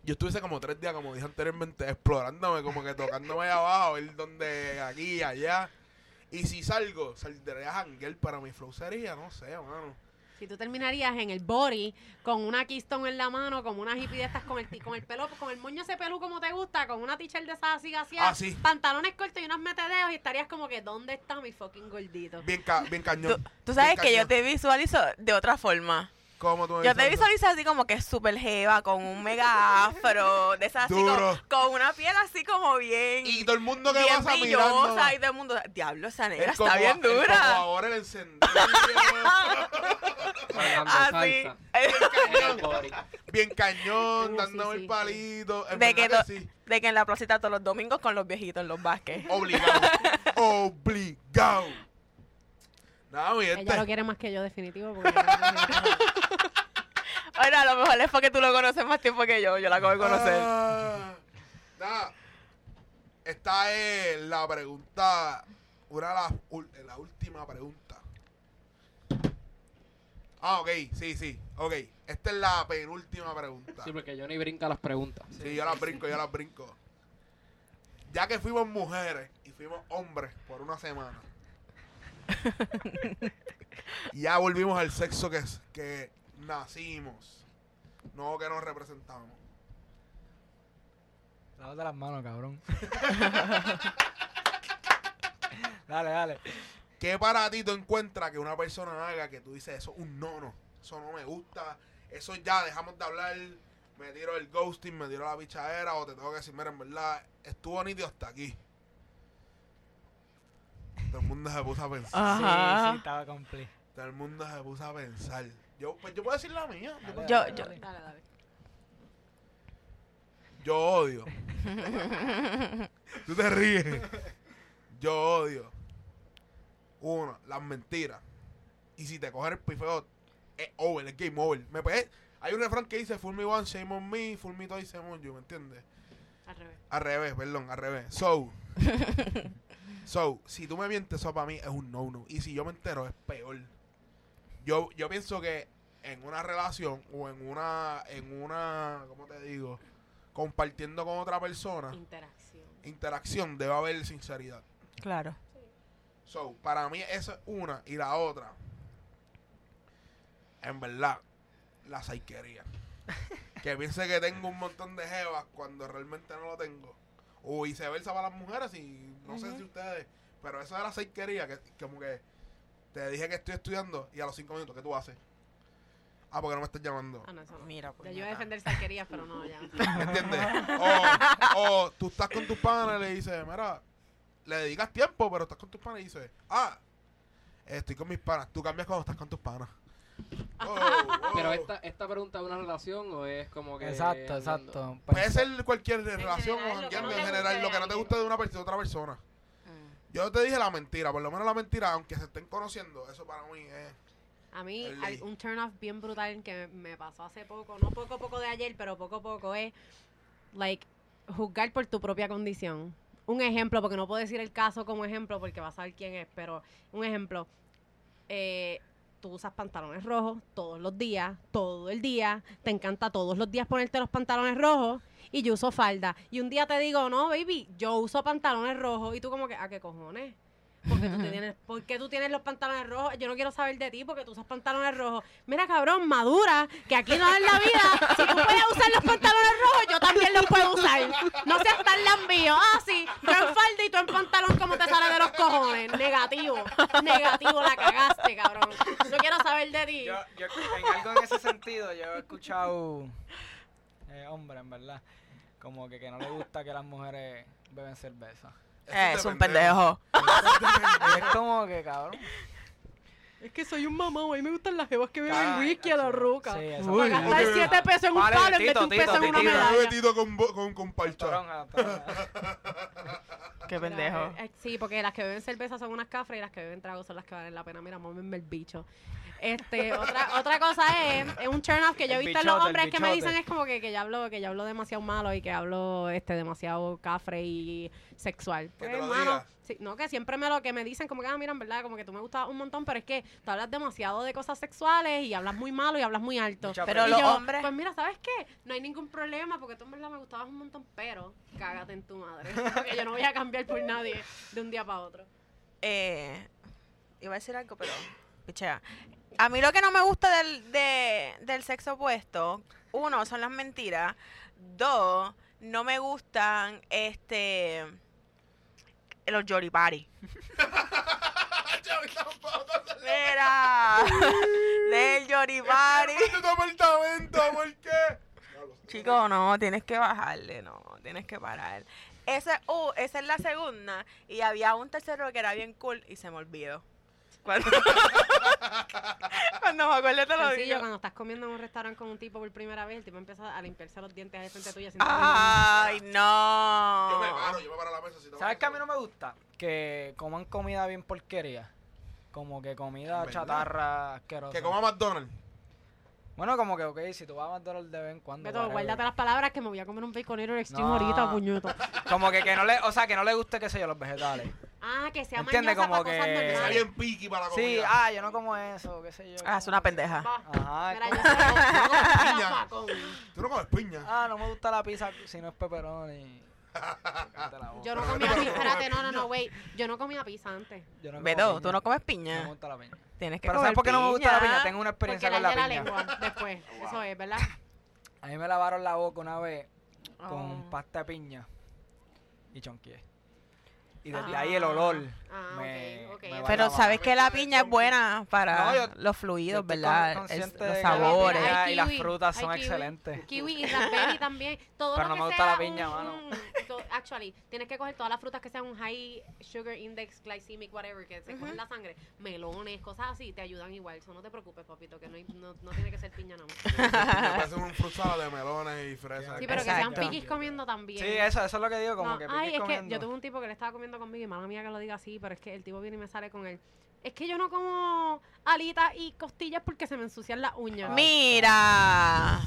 S1: Yo estuviese como tres días, como dije anteriormente, explorándome, como que tocándome allá abajo, ver dónde, aquí, allá. Y si salgo, saldré a janguear para mi flow sería, no sé, mano.
S3: Si tú terminarías en el body con una Keystone en la mano, como una hippie de estas con el, ti- con el pelo, con el moño ese pelú como te gusta, con una t-shirt de esas así, así,
S1: Ah, sí.
S3: pantalones cortos y unos metedeos y estarías como que, ¿dónde está mi fucking gordito?
S1: Bien, ca- bien
S4: Tú,
S1: cañón.
S4: tú sabes
S1: Bien
S4: que yo
S1: cañón.
S4: te visualizo de otra forma.
S1: ¿Cómo tú me
S4: Yo
S1: visualizas?
S4: te visualizo así como que súper jeva, con un mega afro, de esas así
S1: Duro.
S4: con, con una piel así como bien,
S1: Y todo el mundo que
S4: bien
S1: pasa mirando.
S4: brillosa y todo el mundo, diablo, esa
S1: el
S4: negra está
S1: cocoa-
S4: bien
S1: El
S4: dura.
S1: ahora el encendido.
S4: Ah,
S6: Bailando
S4: Así.
S1: cañón.
S6: salsa. El body.
S1: bien cañón,
S3: Uh,
S1: dándome
S3: sí, sí,
S1: el
S3: sí.
S1: palito. En
S4: De que,
S1: verdad
S4: to-
S1: que sí.
S4: de que en la placita todos los domingos con los viejitos en los básquets.
S1: Obligado. Obligado. Nada, mi gente.
S3: Ella lo quiere más que yo, definitivo. Porque yo no-
S4: Bueno, a lo mejor es porque tú lo conoces más tiempo que yo, yo la acabo de conocer.
S1: Ah, nada. Esta es la pregunta. Una de las. ul- La última pregunta. Ah, ok. Sí, sí. Ok. Esta es la penúltima pregunta.
S6: Sí, porque Johnny brinca las preguntas.
S1: Sí, yo las brinco, yo las brinco. Ya que fuimos mujeres y fuimos hombres por una semana. ya volvimos al sexo que, es- que nacimos. No que nos representamos.
S5: Lávate las manos, cabrón. dale, dale.
S1: ¿Qué para ti tú encuentras que una persona haga que tú dices eso es un nono? Eso no me gusta. Eso ya dejamos de hablar. Me tiro el ghosting, me tiro la bichadera o te tengo que decir, mira, en verdad, estuvo nítido hasta aquí. Todo el mundo se puso a pensar.
S5: Sí,
S4: Ajá.
S1: Ah.
S5: sí, estaba compli.
S1: Todo el mundo se puso a pensar. Yo, pues yo puedo decir la mía. Yo puedo-
S4: Yo, yo,
S3: Dale, dale.
S1: Yo odio. Tú te ríes. Yo odio. Uno, las mentiras. Y si te coges el pifeo, es over, es game over. Me pe- Hay un refrán que dice, full me one, shame on me, full me twice, shame on you, ¿me entiendes?
S3: Al revés.
S1: Al revés, perdón, al revés. So, so, si tú me mientes, eso para mí es un no-no. Y si yo me entero, es peor. Yo, yo pienso que en una relación o en una, en una, ¿cómo te digo? Compartiendo con otra persona,
S3: Interacción.
S1: interacción, debe haber sinceridad.
S4: Claro.
S1: So, para mí esa es una. Y la otra, en verdad, la saiquería. que piense que tengo un montón de jevas cuando realmente no lo tengo. O viceversa para las mujeres, y no sé si ustedes... Pero eso de la saiquería, que como que te dije que estoy estudiando y a los cinco minutos, ¿qué tú haces? Ah, porque no me estás llamando.
S3: Ah, no, eso no.
S4: Mira,
S3: Ya
S4: pues.
S3: yo iba a defender saquerías, pero no, ya.
S1: ¿Me entiendes? O, o tú estás con tus panas y le dices, mira, le dedicas tiempo, pero estás con tus panas y dices, ah, estoy con mis panas. Tú cambias cuando estás con tus panas.
S3: Ah.
S1: Oh, oh.
S6: Pero esta, esta pregunta es una relación o es como que.
S5: Exacto,
S6: andando?
S5: exacto.
S1: Puede ser cualquier relación
S3: pues, general,
S1: o
S3: lo
S1: jangueando
S3: que no
S1: en
S3: te
S1: general,
S3: guste
S1: lo que
S3: de
S1: no te
S3: alguien.
S1: gusta de una persona, otra persona.
S3: Mm.
S1: Yo te dije la mentira, por lo menos la mentira, aunque se estén conociendo, eso para mí es...
S3: A mí,
S1: El
S3: hay
S1: ley.
S3: un turn off bien brutal que me pasó hace poco, no poco poco de ayer, pero poco poco es, like, juzgar por tu propia condición. Un ejemplo, porque no puedo decir el caso como ejemplo porque vas a saber quién es, pero un ejemplo. eh, tú usas pantalones rojos todos los días, todo el día, te encanta todos los días ponerte los pantalones rojos y yo uso falda. Y un día te digo, no, baby, yo uso pantalones rojos y tú como que, ¿a qué cojones? Porque tú, te tienes, ¿Por qué tú tienes los pantalones rojos? Yo no quiero saber de ti porque tú usas pantalones rojos. Mira, cabrón, madura, que aquí no es la vida. Si tú puedes usar los pantalones rojos, yo también los puedo usar. No seas tan lambío. Ah, sí, yo en falda y tú en pantalón, como te sale de los cojones? Negativo, negativo, la cagaste, cabrón. No quiero saber de ti.
S5: Yo, yo, en algo en ese sentido, yo he escuchado eh, hombres, en verdad, como que, que no le gusta que las mujeres beben cerveza.
S3: Eh,
S1: Este
S4: es un pendejo.
S5: Y es como que, cabrón.
S3: Es que soy un mamón, a mí me gustan las jevas que
S5: beben Ah, whisky a la exacto. roca. Sí, exacto. Uy.
S3: gastar
S1: Ok.
S3: 7 pesos en un
S5: Vale,
S3: palo en vez de
S5: Tito,
S3: un peso en
S5: Tito,
S3: una
S5: Tito.
S1: Yo
S3: medalla.
S1: metido con, bo- con, con parcha.
S5: Toronja, toronja.
S4: Qué pendejo.
S3: Eh, Sí, porque las que beben cerveza son unas cafres y las que beben trago son las que valen la pena. Mira, mómenme el bicho. Este, otra, otra cosa es, es un turn off que yo he
S5: El
S3: visto en
S5: bichote,
S3: los
S5: el
S3: hombres que me
S5: bichote.
S3: dicen es como que, que yo hablo, que yo hablo demasiado malo y que hablo este demasiado cafre y sexual.
S1: Que
S3: Pues,
S1: te lo
S3: hermano,
S1: diga.
S3: sí, no que siempre me lo que me dicen como que ah, mira, en verdad, como que tú me gustas un montón, pero es que tú hablas demasiado de cosas sexuales y hablas muy malo y hablas muy alto.
S5: Mucha
S4: Pero
S3: Y
S4: los
S3: yo,
S4: hombres-
S3: Pues mira, ¿sabes qué? No hay ningún problema porque tú en verdad me gustabas un montón, pero cágate en tu madre. Porque yo no voy a cambiar por nadie de un día para otro.
S4: Eh, iba a decir algo, pero. Pichea. A mí lo que no me gusta del, de- del sexo opuesto, uno, son las mentiras. Dos, no me gustan este los yoripari. Mira, del yoripari.
S1: ¡Vete a tu apartamento! ¿Por qué?
S4: Chico, no, tienes que bajarle, no, tienes que parar. Esa, uh, esa es la segunda. Y había un tercero que era bien cool y se me olvidó. Cuando, cuando me acuerdo te lo
S3: Sencillo,
S4: digo.
S3: cuando estás comiendo en un restaurante con un tipo por primera vez, el tipo empieza a limpiarse los dientes de frente tuya. sin tú
S4: Ay,
S1: Yo me
S4: no.
S1: paro, yo me paro a la mesa. Si no
S5: Ah. ¿Sabes
S1: me-
S5: qué a mí no me gusta? Que coman comida bien porquería. Como que comida
S1: ¿Verdad?
S5: chatarra asquerosa.
S1: Que coma McDonald's.
S5: Eh. Bueno, como que, ok, si tú vas a McDonald's de vez en cuando.
S3: Beto,
S5: whatever.
S3: guárdate las palabras que me voy a comer un baconero extreme
S5: No.
S3: ahorita, puñeto.
S5: Como que, que no le, o sea, que no le guste, qué sé yo, los vegetales.
S3: Ah, que sea
S5: Entiende,
S3: mañana para
S5: como
S3: cosas
S5: que-
S1: Está
S3: normales.
S1: bien piqui para la comida.
S5: Sí, ah, yo no como eso, qué sé yo.
S4: Ah, es una pendeja.
S3: Va.
S5: Ajá.
S3: Mira, yo
S5: como-
S3: soy
S1: piña.
S3: papacón.
S1: Tú no comes piña.
S5: Ah, no me gusta la pizza si no es pepperoni. Cállate la boca.
S3: Yo no comía pizza. Espérate, no, no, no, wait. Yo no comía pizza antes.
S5: Yo no como
S4: Beto,
S5: piña.
S4: tú no comes
S5: No me
S4: piña.
S5: gusta la piña.
S4: Tienes que
S5: Pero
S4: comer
S5: ¿sabes por qué no me gusta la piña?
S4: piña.
S5: Tengo una experiencia
S3: Porque
S5: con
S3: la
S5: la
S3: la
S5: piña.
S3: lengua después. Eso es, ¿verdad?
S5: A mí me lavaron la boca una vez
S4: Oh.
S5: con pasta de piña y chonqué. Y desde ahí el olor.
S3: Ah,
S5: me-
S3: ok, ok. Pero
S5: me
S4: Pero
S5: bailaba.
S4: sabes que la piña es buena para
S5: No, yo-
S4: los
S5: Yo
S4: fluidos,
S5: estoy
S4: ¿verdad?
S5: con- consciente
S4: Es- los
S5: de que la
S4: sabores.
S5: piña
S3: Ay,
S5: y las
S3: kiwi,
S5: frutas
S3: ay,
S5: son
S3: kiwi.
S5: excelentes.
S3: Kiwi y raspberry también. Todo
S5: este.
S3: lo
S5: Pero no
S3: que
S5: me gusta
S3: sea
S5: la piña,
S3: un-
S5: mano.
S3: un- to- actually, tienes que coger todas las frutas que sean un high sugar index, glycemic, whatever, que se cogen
S4: Ujú.
S3: en la sangre. Melones, cosas así, te ayudan igual. Eso no te preocupes, papito, que no, hay- no, no tiene que ser piña nada más.
S1: Me parece un frutal de melones y fresas.
S3: Sí, pero que sean
S4: Exacto.
S3: piquis comiendo también.
S5: Sí, eso, eso es lo que digo, como
S3: No,
S5: que
S3: ay,
S5: piques
S3: es que
S5: comiendo.
S3: yo tuve un tipo que le estaba comiendo conmigo y mala mía que lo diga así, pero es que el tipo viene y me sale con él. Es que yo no como alitas y costillas porque se me ensucian las uñas.
S4: Mira.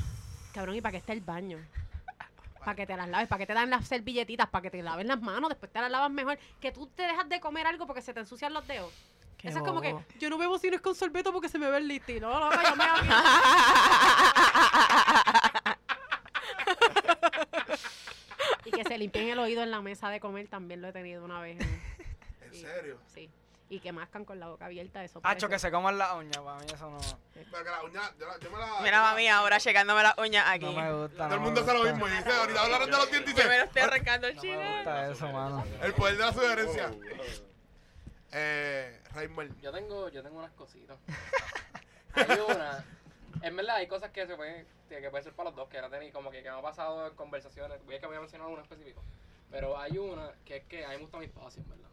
S3: Cabrón, ¿y para qué está el baño? Para que te las laves, para que te dan las servilletitas, para que te laves las manos, después te las lavas mejor. Que tú te dejas de comer algo porque se te ensucian los dedos.
S4: Qué
S3: Eso es como que
S4: bobo.
S3: yo no bebo si no es con sorbeto porque se me ve el listín. No, loco, yo me hago- Y que se limpien el oído en la mesa de comer también lo he tenido una vez. ¿no?
S1: ¿En
S3: Y-
S1: serio?
S3: Sí. Y que mascan con la boca abierta, eso.
S5: Hacho, que
S3: parece-
S5: se coman la uña, para mí eso no,
S1: Pero que la uña, yo, la- yo me la.
S4: Mira, mami, ahora checándome las uñas aquí.
S5: no me gusta.
S1: Todo el
S5: no me
S1: mundo hace lo
S5: gusta.
S1: mismo. Y dice, ahorita hablaron de los dientes y
S4: Yo me lo
S1: dice,
S4: estoy arrancando el
S5: No me
S4: chile.
S5: gusta eso, mano.
S1: el poder de la
S3: Oh,
S1: sugerencia. Eh, Raymond.
S6: Yo tengo, yo tengo unas cositas. Hay una. En verdad hay cosas que se pueden, que pueden ser para los dos, que ahora tenéis como que, que me ha pasado en conversaciones. Voy a que voy a mencionar una específica. Pero hay una que es que a mí me gusta mi espacio, en verdad.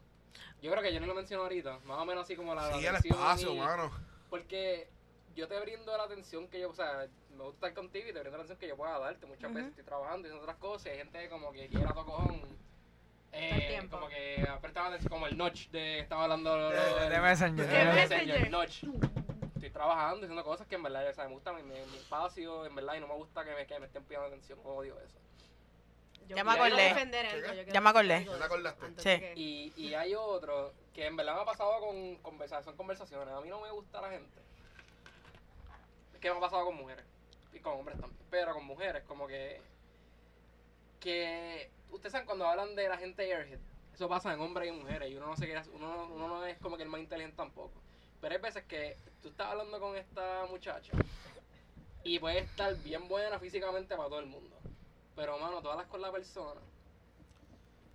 S6: Yo creo que yo no lo menciono ahorita, más o menos así como la
S1: Sí, el
S6: atención
S1: espacio,
S6: y-
S1: mano.
S6: Porque yo te brindo la atención que yo, o sea, me gusta estar contigo y te brindo la atención que yo pueda darte. Muchas veces
S4: Ujú.
S6: estoy trabajando y haciendo otras cosas y hay gente que como que quiera tu cojón. eh,
S3: Todo el tiempo.
S6: como que apretan atención, como el notch de estaba hablando
S1: De-
S5: De
S6: el-
S5: Messenger.
S1: De
S5: de
S1: Messenger.
S6: Messenger, Notch. Estoy trabajando, haciendo cosas que en verdad, o sea, me gusta mi, mi- mi espacio, en verdad, y no me gusta que me, que me estén pidiendo atención, odio eso.
S3: Yo
S4: Ya me
S3: quiero
S6: acordé.
S3: defender esto,
S1: ¿Qué?
S3: yo quiero
S4: Ya me acordé.
S3: defender
S1: ¿Ya te
S3: algo
S1: acordaste?
S3: antes
S4: Sí.
S3: de que-
S6: Y, y hay otro que en verdad me ha pasado con conversaciones, son conversaciones, a mí no me gusta la gente. Es que me ha pasado con mujeres, y con hombres también, pero con mujeres, como que... Que ustedes saben cuando hablan de la gente airhead, eso pasa en hombres y mujeres, y uno no, se quiere- uno, no- uno no es como que el más inteligente tampoco. Pero hay veces que tú estás hablando con esta muchacha y puede estar bien buena físicamente para todo el mundo. Pero, mano, tú hablas con la persona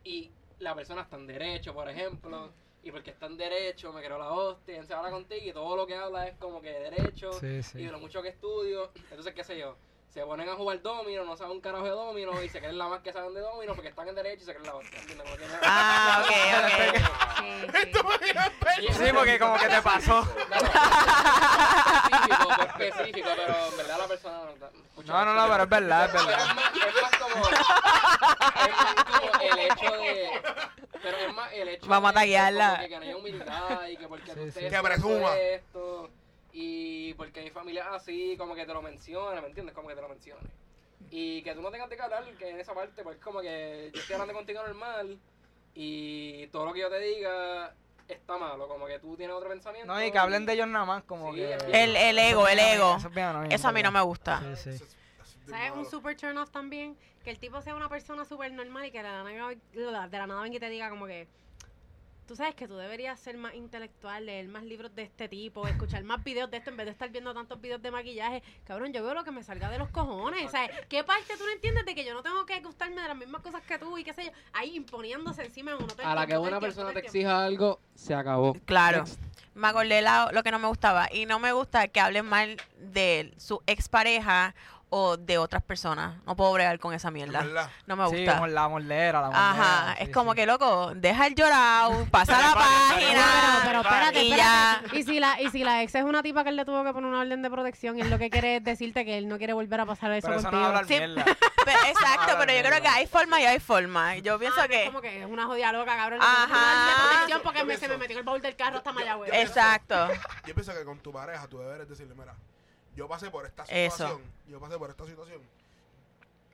S6: y la persona está en derecho, por ejemplo. Y porque está en derecho, me creo la hostia, se habla contigo y todo lo que habla es como que derecho
S5: Sí,
S6: y
S5: sí.
S6: de lo mucho que estudio. Entonces, qué sé yo, se ponen a jugar domino, no saben un carajo de domino y se creen la más que saben de domino porque están en derecho y se creen la hostia. ¿entiendes? Como que no-
S4: Ah, ok, ok.
S3: Sí, sí.
S1: Esto me dio el pecho.
S6: Y-
S5: Sí, porque como que te pasó.
S6: Claro, específico, fue específico, pero en verdad la persona no está- escucha,
S5: No, no, no, pero es verdad, es
S6: Pero
S5: verdad.
S6: es más, es más como. Es más como el hecho de. Pero es más el hecho
S4: Vamos a
S6: de
S4: taguearla.
S6: como Que, que no hay humildad y que porque
S5: Sí,
S6: tú
S5: sí.
S6: estés
S1: Que
S6: haciendo
S1: presuma.
S6: Esto, y porque mi familia es así, como que te lo menciona, ¿me entiendes? Como que te lo menciona. Y que tú no tengas de qué hablar que en esa parte, pues como que yo estoy hablando contigo normal y todo lo que yo te diga está malo, como que tú tienes otro pensamiento.
S5: No, y que hablen de ellos nada más, como
S6: Sí,
S5: que...
S6: es bien-
S4: El, el ego, el ego. Eso a mí no me gusta.
S5: gusta. Sí, sí.
S3: ¿Sabes? Un super turn off también. Que el tipo sea una persona súper normal y que de la, nada, de la nada venga y te diga como que. Tú sabes que tú deberías ser más intelectual, leer más libros de este tipo, escuchar más videos de esto en vez de estar viendo tantos videos de maquillaje. Cabrón, yo veo lo que me salga de los cojones. ¿Sabes? ¿Qué parte tú no entiendes de que yo no tengo que gustarme de las mismas cosas que tú y qué sé yo? Ahí imponiéndose encima de uno. todo el
S6: A la
S3: tiempo,
S6: que
S3: todo el
S6: una
S3: tiempo,
S6: persona
S3: todo
S6: te
S3: el tiempo.
S6: exija algo, se acabó.
S4: Claro. Me acordé la- lo que no me gustaba. Y no me gusta que hablen mal de su expareja o de otras personas. No puedo bregar con esa mierda.
S1: ¿Verdad?
S4: No me
S5: Sí,
S4: gusta.
S5: como la moldera, la moldera.
S4: Ajá,
S5: sí,
S4: es como
S5: sí.
S4: que loco, deja el llorado, pasa la página.
S3: Pero, pero espérate,
S4: y
S3: espérate.
S4: ya.
S3: Y si la, y si la ex es una tipa que él le tuvo que poner una orden de protección, y él lo que quiere es decirte que él no quiere volver a pasar eso
S5: Pero eso
S3: contigo.
S5: no es hablar
S4: Sí.
S5: mierda.
S4: Pero- exacto,
S5: Ahora
S4: pero yo
S5: mismo.
S4: creo que hay forma y hay forma. Yo pienso
S3: Ah,
S4: que.
S3: Como que es una jodida loca, cabrón.
S4: Ajá.
S3: Ajá. protección porque
S1: Yo
S3: me, se
S1: pienso-
S3: me metió el baúl del carro hasta Mayagüez.
S1: yo-
S4: Exacto.
S1: Yo pienso que con tu pareja tú deberes decirle, mira, yo pasé por esta
S4: Eso.
S1: situación, yo pasé por esta situación,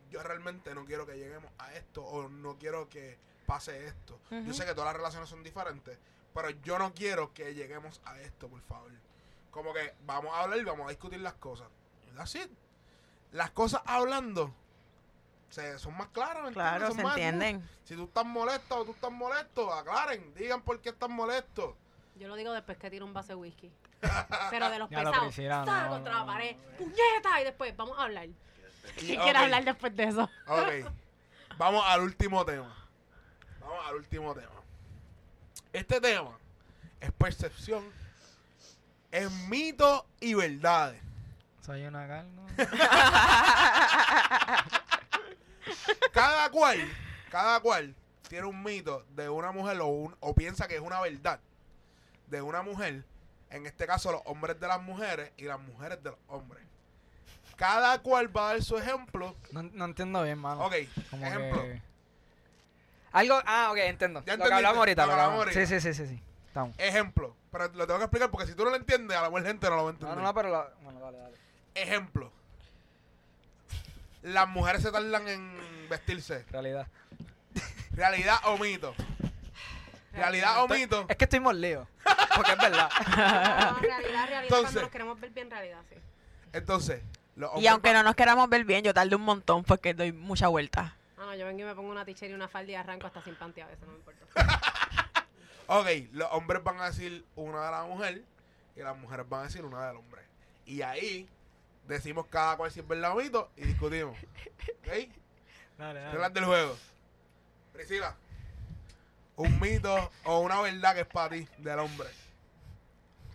S1: yo realmente no quiero que lleguemos a esto o no quiero que pase esto. Yo
S4: Ujú.
S1: sé que todas las relaciones son diferentes, pero yo no quiero que lleguemos a esto, por favor. Como que vamos a hablar y vamos a discutir las cosas. That's it. Las cosas hablando se, son más claras, ¿me entiendes?
S4: Claro,
S1: Son
S4: se
S1: más-
S4: entienden.
S1: Si tú estás molesto o tú estás molesto, aclaren, digan por qué estás molesto.
S3: Yo lo digo después que tiro un vaso de whisky. Pero de los
S5: Ya lo
S3: pesados.
S5: Priscila,
S3: ¡zas!
S5: no,
S3: contra
S5: no,
S3: la
S5: no,
S3: pared.
S5: no.
S3: ¡Puñeta! Y después vamos a hablar. ¿Qué
S1: Ok.
S3: quieres hablar después de eso?
S1: Ok, vamos al último tema. Vamos al último tema. Este tema es percepción, es mito y verdades.
S5: Soy una carne.
S1: Cada cual, cada cual tiene un mito de una mujer o, un- o piensa que es una verdad de una mujer. En este caso, los hombres de las mujeres y las mujeres de los hombres. Cada cual va a dar su ejemplo.
S5: No, no entiendo bien, mano.
S1: Ok,
S5: Como
S1: ejemplo.
S5: que- Algo. Ah, ok, entiendo.
S1: Ya
S5: lo que hablamos
S1: entendiste, lo
S5: ahorita. Lo
S1: que
S5: que
S1: hablamos
S5: hablamos- Sí,
S1: ahorita.
S5: sí, sí, sí. sí. Estamos.
S1: Ejemplo. Pero lo tengo que explicar porque si tú no lo entiendes, a la mejor gente no lo va a entender.
S5: No, no, no, pero. la- Bueno, dale, dale.
S1: Ejemplo. Las mujeres se tardan en vestirse.
S5: Realidad.
S1: Realidad o mito. Realidad o mito.
S5: Es que estoy morleo. Porque es
S3: No,
S5: verdad.
S3: realidad, realidad.
S1: Entonces-
S3: cuando nos queremos ver bien realidad, sí.
S1: Entonces, los
S4: Y
S1: hombres
S4: aunque
S1: van-
S4: no nos queramos ver bien, yo tardé un montón porque doy mucha vuelta.
S3: Ah, no, yo vengo y me pongo una tichera y una falda y arranco hasta sin panty a veces, no me importa.
S1: Ok, los hombres van a decir una de la mujer y las mujeres van a decir una del hombre. Y ahí decimos cada cual si es verdad o mito y discutimos. ¿Ok?
S5: Dale,
S1: Reglas del juego. Priscila, un mito o una verdad que es para ti del hombre.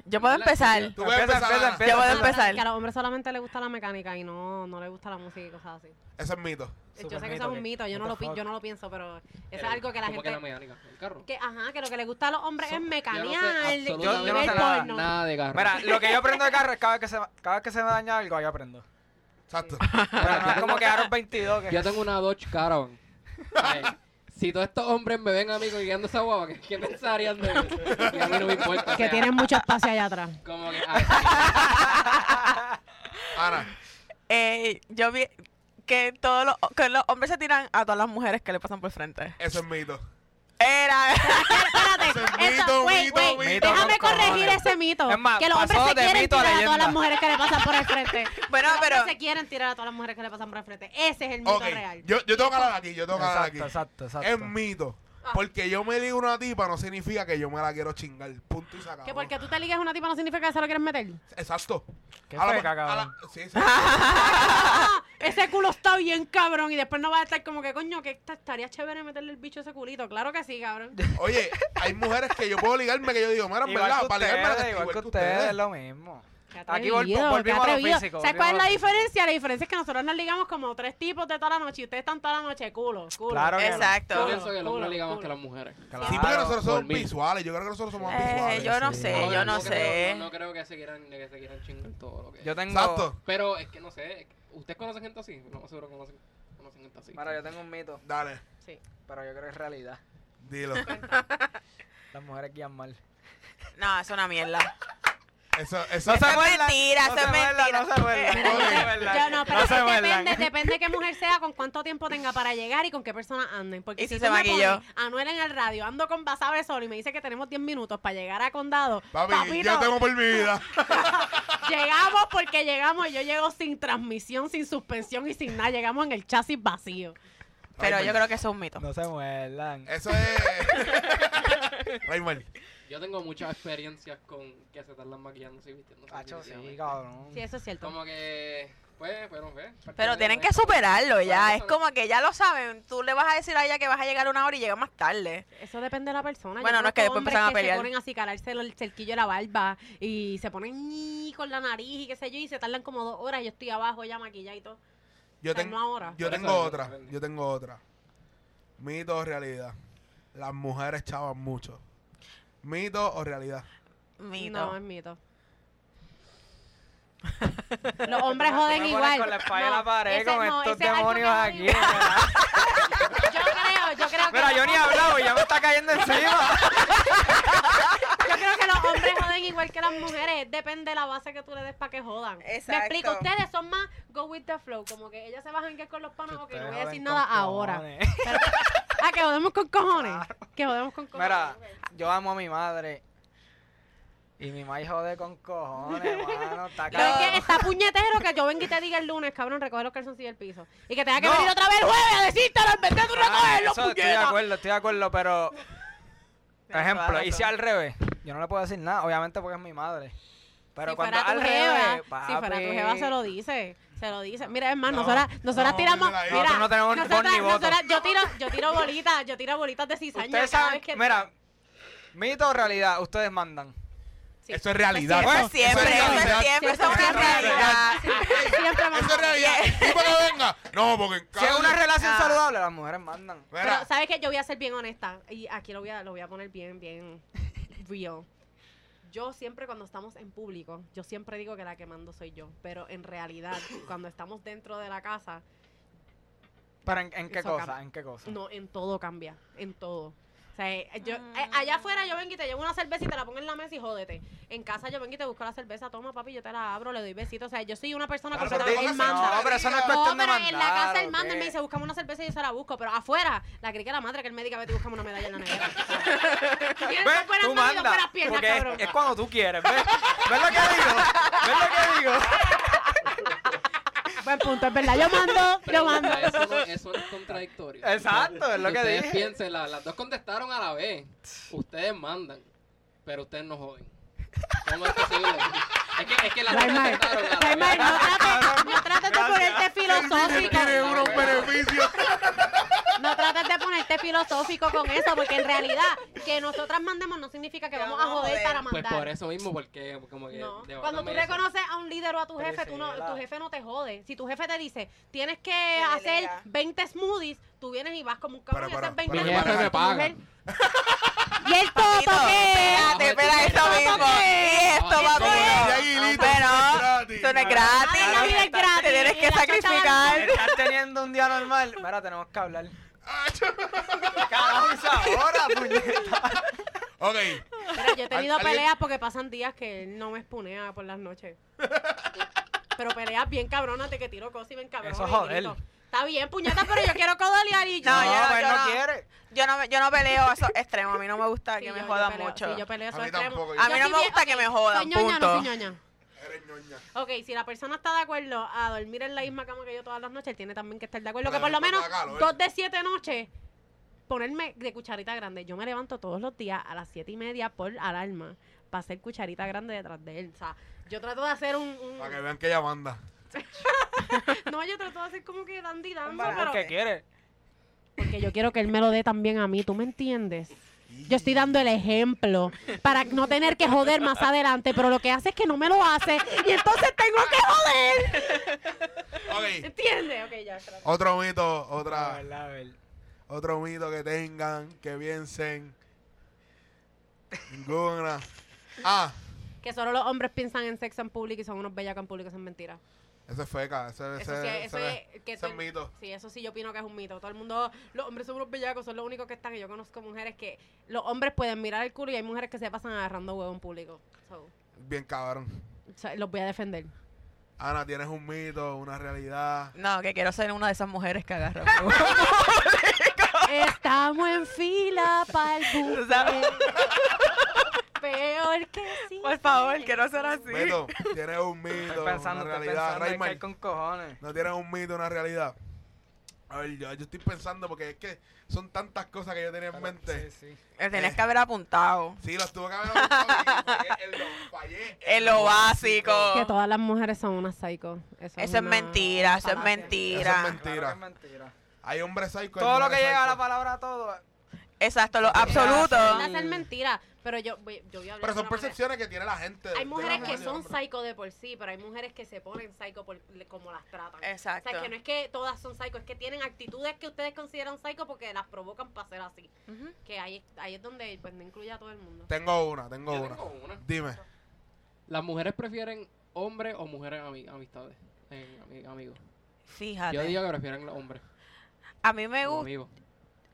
S4: Yo puedo
S6: Hola,
S4: empezar.
S6: chica.
S1: Tú puedes
S5: Empieza,
S1: empezar,
S5: empieza,
S1: Ana.
S5: empieza.
S4: Yo voy a
S3: Ah, pero
S4: empezar.
S3: Que a los hombres solamente les gusta la mecánica y no, no les gusta la música y cosas así.
S1: Ese es mito.
S3: yo sé que eso es un mito, yo no, lo, pi- yo no lo pienso, pero eso es algo que la
S6: Como
S3: gente...
S6: que la mecánica, el carro.
S3: que, ajá, que lo que le gusta a los hombres es
S6: Yo no sé
S3: mecanear. y
S6: absolutamente
S3: ver
S5: sé nada,
S3: porno.
S6: nada de carro.
S5: Mira, lo que yo aprendo de carro es cada vez que se, cada vez que se me daña algo, ahí aprendo.
S1: Exacto.
S5: Pero no es como que Aaron 22. Que...
S6: Yo tengo una Dodge Caravan. Ay, si todos estos hombres me ven a mí guiando esa guava, ¿qué, qué pensarían de mí? Y a mí no me importa. o
S3: Que
S6: sea,
S3: tienen mucho espacio allá atrás.
S6: Como que. ay,
S1: Ana,
S4: Eh, yo vi que todos los, que los hombres se tiran a todas las mujeres que le pasan por frente.
S1: eso es mito.
S4: Era.
S3: Espérate,
S1: Ese
S3: eso,
S1: mito,
S3: wait,
S1: mito,
S3: wait,
S1: mito.
S3: déjame
S5: Con cojones.
S3: corregir ese mito.
S5: Es más,
S3: que los hombres
S5: pasó
S3: se
S5: de
S3: quieren
S5: mito a
S3: tirar a todas
S5: leyenda.
S3: las mujeres que le pasan por el frente.
S4: Bueno,
S3: Los hombres
S4: pero.
S3: se quieren tirar a todas las mujeres que le pasan por el frente. Ese es el mito
S1: Ok,
S3: real.
S1: yo, yo tengo que hablar aquí, yo tengo que hablar aquí.
S5: Exacto, exacto, exacto.
S1: Es mito. Porque yo me ligo una tipa no significa que yo me la quiero chingar. Punto y sacado.
S3: Que porque tú te ligues a una tipa no significa que se lo quieres meter.
S1: Exacto.
S5: Qué
S1: A la-
S5: feca,
S1: a la-
S5: cabrón.
S1: sí, sí.
S3: ¡Ah! Ese culo está bien cabrón y después no vas a estar como que coño, que esta- estaría chévere meterle el bicho a ese culito. Claro que sí, cabrón.
S1: Oye, hay mujeres que yo puedo ligarme que yo digo, mira, en
S5: Igual que
S1: verdad, para ligarme la
S5: ustedes, igual que ustedes, es lo mismo.
S3: Qué
S5: Aquí vol-
S3: atrevido,
S5: volvimos a
S3: qué
S5: lo
S3: atrevido.
S5: físico,
S3: ¿Sabes cuál es la
S5: volvimos a lo físico.
S3: diferencia? La diferencia es que nosotros nos ligamos como tres tipos de toda la noche y ustedes están toda la noche culo, culo.
S5: Claro que no.
S6: Yo
S4: Exacto.
S6: pienso que los hombres
S3: Culo,
S6: ligan más
S3: culo.
S6: que las mujeres.
S1: Sí, porque
S5: Claro,
S1: nosotros somos
S6: por mí.
S1: visuales. Yo creo que nosotros somos más
S4: Eh,
S1: visuales.
S4: yo no
S5: sí.
S4: sé, yo no
S6: Creo,
S4: sé.
S6: no, no creo que se, quieran, que se quieran chingar todo lo que.
S5: Yo tengo.
S1: Exacto.
S6: Pero es que no sé. ¿Ustedes conocen gente así? No, seguro que conocen, conocen gente así.
S5: Mira, yo tengo un mito,
S1: Dale,
S3: Sí.
S5: pero yo creo que es realidad.
S1: dilo.
S5: Las mujeres guían mal.
S4: No, es una mierda.
S1: Eso, eso.
S4: se- muerdan, mentira, no eso se es muerdan, mentira.
S5: No se muerdan,
S1: Mira, yo-
S5: no se muerdan.
S3: Yo no, pero
S5: No
S3: es que
S5: se muerdan.
S3: depende, depende qué mujer sea, con cuánto tiempo tenga para llegar y con qué persona anden. Porque
S4: Y si
S3: si
S4: se
S3: tú me
S4: maquilló.
S3: pones a Anuel en el radio, ando con Basabe solo y me dice que tenemos 10 minutos para llegar a Condado.
S1: Papi,
S3: papito,
S1: yo tengo por mi vida.
S3: Llegamos porque llegamos. Yo llego sin transmisión, sin suspensión y sin nada. Llegamos en el chasis vacío.
S4: Pero
S1: Raymond,
S4: yo creo que eso es un mito.
S5: No se muerdan.
S1: Eso es. Raymond,
S6: Yo tengo muchas experiencias con que se tardan maquillándose y vistiéndose.
S5: Hacho, sí,
S6: definitivamente.
S5: cabrón.
S3: Sí, eso es cierto.
S6: Como que. Pues, pero, eh,
S4: Pero tienen que superarlo ya. Es como que ya lo saben. Tú le vas a decir a ella que vas a llegar una hora y llega más tarde.
S3: Eso depende de la persona. Yo
S4: Bueno, no
S3: conozco
S4: es que después
S3: hombres
S4: empiezan a
S3: que
S4: pelear.
S3: Se ponen así, calarse el cerquillo de la barba y se ponen ñi con la nariz y qué sé yo, y se tardan como dos horas. y Yo estoy abajo ya maquillada y todo.
S1: yo,
S3: O sea,
S1: ten-
S3: no ahora.
S1: yo
S6: Por eso
S1: tengo
S6: no,
S1: otra.
S6: depende.
S1: Yo tengo otra. Mito o realidad. Las mujeres chavan mucho. Mito o realidad.
S3: No,
S4: Mito.
S3: es mito. Los hombres
S5: Tú me
S3: joden
S5: pones
S3: igual.
S5: Con la espalda en
S3: No,
S5: la pared,
S3: ese-
S5: con
S3: no,
S5: estos
S3: ese es algo que
S5: demonios
S3: joden
S5: aquí.
S3: igual.
S5: ¿verdad?
S3: Yo creo, yo creo que.
S5: Mira,
S3: los
S5: yo ni he
S3: hombres-
S5: hablado y ya me está cayendo encima.
S3: Yo creo que los hombres joden igual que las mujeres. Depende de la base que tú le des para que jodan. Me
S4: Exacto.
S3: explico, ustedes son más go with the flow. Como que ellas se bajan que con los panos. Ok, no voy a
S5: Ustedes
S3: decir
S5: joden
S3: nada
S5: con
S3: ahora.
S5: cojones.
S3: Pero- ah, que jodemos con cojones. Que jodemos con cojones.
S5: Mira,
S3: ok.
S5: yo amo a mi madre. Y mi madre jode con cojones, mano. Está
S3: Pero es que
S5: cabrón.
S3: está puñetero que yo venga y te diga el lunes, cabrón, recoge los calzoncillos del piso. Y que tenga que
S5: No.
S3: venir otra vez el jueves a decírtelo en vez de tú recogerlos,
S5: Ah, Eso estoy de
S3: puñeta.
S5: acuerdo, estoy de acuerdo, pero. Ejemplo, y si al revés, yo no le puedo decir nada, obviamente porque es mi madre. Pero
S3: si
S5: cuando
S3: fuera tu
S5: al
S3: jeva,
S5: revés,
S3: si fuera tu jeva se lo dice, se lo dice. Mira, es más, nosotras, nosotras
S1: no,
S3: tiramos,
S1: dímela ahí.
S3: mira,
S5: Nosotros no tenemos
S3: nosotras-
S5: voz ni voto.
S3: nosotras- yo tiro, yo tiro bolitas, yo tiro bolitas de cizaña
S5: Ustedes
S3: cada
S5: saben,
S3: vez que
S5: mira, Mito o realidad, ustedes mandan.
S3: Sí.
S1: Eso es realidad.
S4: Pues
S1: Bueno,
S4: Eso es siempre,
S1: eso es
S4: eso es
S1: realidad.
S4: siempre, eso es una realidad.
S3: Siempre vamos
S1: Eso es realidad. Y para venga. No, porque en
S5: Si es
S1: cada-
S5: una relación
S4: Ah.
S5: saludable, las mujeres mandan.
S1: Mira,
S3: Pero, ¿sabes qué? Yo voy a ser bien honesta. Y aquí lo voy a, lo voy a poner bien, bien real. Yo siempre cuando estamos en público, yo siempre digo que la que mando soy yo. Pero en realidad, cuando estamos dentro de la casa,
S5: Pero en, en qué
S3: Eso
S5: cosa,
S3: cambia.
S5: en qué cosa.
S3: no, en todo cambia. En todo. O sea, eh, yo, eh,
S4: Ah.
S3: allá afuera yo vengo y te llevo una cerveza y te la pongo en la mesa y jódete. En casa yo vengo y te busco la cerveza, toma papi, yo te la abro, le doy besitos. O sea, yo soy una persona
S1: Claro, pero
S3: completamente...
S1: te
S3: Él
S1: conoces,
S3: manda.
S5: No, pero eso no
S1: No,
S5: es cuestión
S3: no,
S5: de
S3: pero
S5: mandar.
S3: en la casa él
S5: ¿o
S3: manda y me
S5: qué?
S3: dice, buscame una cerveza y yo se la busco. Pero afuera, la crica la madre que él me diga, vete y buscame una medalla en la nevera. Tienes
S5: ¿Ves?
S3: dos buenas manos y dos
S5: Tú mandas.
S3: buenas piernas,
S5: Porque es,
S3: cabrón.
S5: es cuando tú quieres, ¿ves? ¿Ves lo que digo? ¿Ves lo que digo?
S3: Buen punto, es verdad. Yo mando, yo mando.
S6: Pregunta, Eso, no, eso no es contradictorio.
S5: Exacto, es lo que
S6: ustedes
S5: dije.
S6: piensen, la- las dos contestaron a la vez. Ustedes mandan, pero ustedes no joden. ¿Cómo es posible? Es que, es que las dos
S3: Raymar,
S6: contestaron a la
S3: Raymar,
S6: vez.
S3: no trates, no trates de ponerte
S1: Él tiene
S3: filosófico.
S1: unos beneficios.
S3: No trates de ponerte filosófico con eso, porque en realidad que nosotras mandemos no significa que
S4: Que
S3: vamos a
S4: vamos a
S3: joder
S4: joder.
S3: para
S6: Pues por
S3: mandar.
S6: eso mismo, porque como que...
S3: No.
S6: debátame
S3: Cuando tú
S6: eso.
S3: reconoces a un líder o a tu
S5: Pero
S3: jefe,
S5: sí,
S3: tú no,
S5: la-
S3: tu jefe no te jode. Si tu jefe te dice, tienes que
S4: delega.
S3: hacer 20 smoothies, tú vienes y vas como un cabrón y
S1: Pero, pero,
S3: haces 20
S1: pero,
S6: Mi
S1: pero,
S3: smoothies
S6: jefe
S1: para-
S6: me
S3: con tu
S6: paga.
S3: mujer. ¿Y el toto qué?
S4: Espérate, espera, eso mismo. Y esto,
S3: Como
S4: papi.
S1: Como la de Aguilita,
S4: Pero,
S1: gratis.
S4: eso no es
S3: Ay, la vida
S4: gratis.
S3: es gratis.
S4: Te tienes que
S3: La chota
S4: sacrificar.
S5: Estás teniendo un día normal. Mira, tenemos que hablar.
S1: Ah, ch-
S5: Carajo, es ahora, puñeta.
S1: Ok.
S3: Mira, yo he tenido
S1: ¿Alguien?
S3: peleas porque pasan días que él no me espunea por las noches. Pero peleas bien cabronas de que tiro cosas y ven cabronas.
S5: Eso es
S3: y
S5: joder.
S3: grito. Está bien, puñeta, pero yo quiero codolear y yo.
S4: No, yo no,
S5: pues
S4: yo
S5: no
S4: no.
S5: quiere.
S4: Yo no, me- yo no peleo esos extremos. A mí no me gusta
S3: Sí,
S4: que
S3: yo-
S4: me
S3: yo
S4: jodan
S3: peleo,
S4: mucho.
S3: sí, yo peleo
S1: A
S3: eso
S1: mí
S3: extremo.
S1: tampoco, yo-
S4: A mí no
S3: sí
S4: me
S3: bien-
S4: gusta que
S3: ok,
S4: me jodan,
S3: Soy ñoña, no
S4: punto.
S3: soy ñoña.
S1: Eres ñoña.
S3: Ok, si la persona está de acuerdo a dormir en la misma cama que yo todas las noches, él tiene también que estar de acuerdo.
S1: Pero
S3: que por lo
S1: después
S3: menos
S1: te da calor.
S3: dos de siete noches, ponerme de cucharita grande. Yo me levanto todos los días a las siete y media por alarma para hacer cucharita grande detrás de él. O sea, yo trato de hacer un... un-
S1: Para que vean que ella manda.
S3: No, yo trato de hacer como que dandy dando,
S4: balance.
S3: pero...
S5: ¿Qué quiere?
S3: Porque yo quiero que él me lo dé también a mí, ¿tú me entiendes? Yo estoy dando el ejemplo para no tener que joder más adelante, pero lo que hace es que no me lo hace y entonces tengo que joder.
S1: Ok.
S3: ¿Entiendes? Ok, ya, claro.
S1: Otro mito,
S5: A
S1: otra,
S5: ver, a ver.
S1: otro mito que tengan, que piensen. Ninguna. Ah,
S3: Que solo los hombres piensan en sexo en público y son unos bellacos en público, eso es mentira.
S1: eso es feca. Ese,
S3: Eso sí,
S1: ese-
S3: eso
S1: ese-
S3: es... Que
S1: ese
S3: todo
S1: es
S3: el-
S1: mito.
S3: Sí, eso sí yo opino que es un mito. Todo el mundo, los hombres son unos bellacos, son los únicos que están. Y yo conozco mujeres que los hombres pueden mirar el culo y hay mujeres que se pasan agarrando huevo en público. So,
S1: Bien cabrón.
S3: o sea, los voy a defender.
S1: Ana, tienes un mito, una realidad.
S4: No, que quiero ser una de esas mujeres que agarra.
S3: Estamos en fila para el buque.
S4: ¿Sabes?
S3: Peor que sí.
S4: Por favor, quiero ser así.
S1: Mito, tienes un mito,
S5: Estoy pensando,
S1: una realidad.
S5: estoy pensando. Hay que
S1: Raymar,
S5: ir con cojones.
S1: no tienes un mito, una realidad. A ver, yo, yo estoy pensando porque es que son tantas cosas que yo tenía en mente.
S5: Sí, sí.
S4: Me Tenías que haber apuntado.
S1: Sí, los tuve que haber anotado y fallé en lo- fallé
S4: En lo
S3: Que
S4: básico.
S3: todas las mujeres son unas psycho. Eso,
S4: Eso es
S3: una
S4: mentira, eso es
S1: Eso
S3: falacia.
S1: es
S4: mentira.
S1: mentira.
S5: Claro que es mentira.
S1: Hay hombres psycho. hay
S5: Todo lo que
S1: mujeres
S5: llega a la
S1: psycho.
S5: palabra todo.
S4: Exacto, lo
S3: Eso
S4: absoluto.
S3: es ser mentira. Pero yo, voy- yo voy a
S1: Pero son
S3: hablar de una manera.
S1: percepciones que tiene la gente.
S3: Hay
S1: de
S3: mujeres
S1: la
S3: que
S1: mujer y
S3: son
S1: hombre.
S3: psycho de por sí, pero hay mujeres que se ponen psycho por le- como las tratan. O
S4: Exacto.
S3: sea, que no es que todas son psycho, es que tienen actitudes que ustedes consideran psycho porque las provocan para ser así.
S4: Ujú.
S3: Que ahí, ahí es donde pues, no incluye a todo el mundo.
S1: Tengo una, tengo
S6: Yo
S1: una.
S6: tengo una.
S1: Dime.
S6: Las mujeres prefieren hombres o mujeres ami- amistades. Eh, ami- amigos. Yo
S4: Fíjate.
S6: digo que prefieren los hombres.
S4: A mí me
S6: como
S4: gusta.
S6: amigos.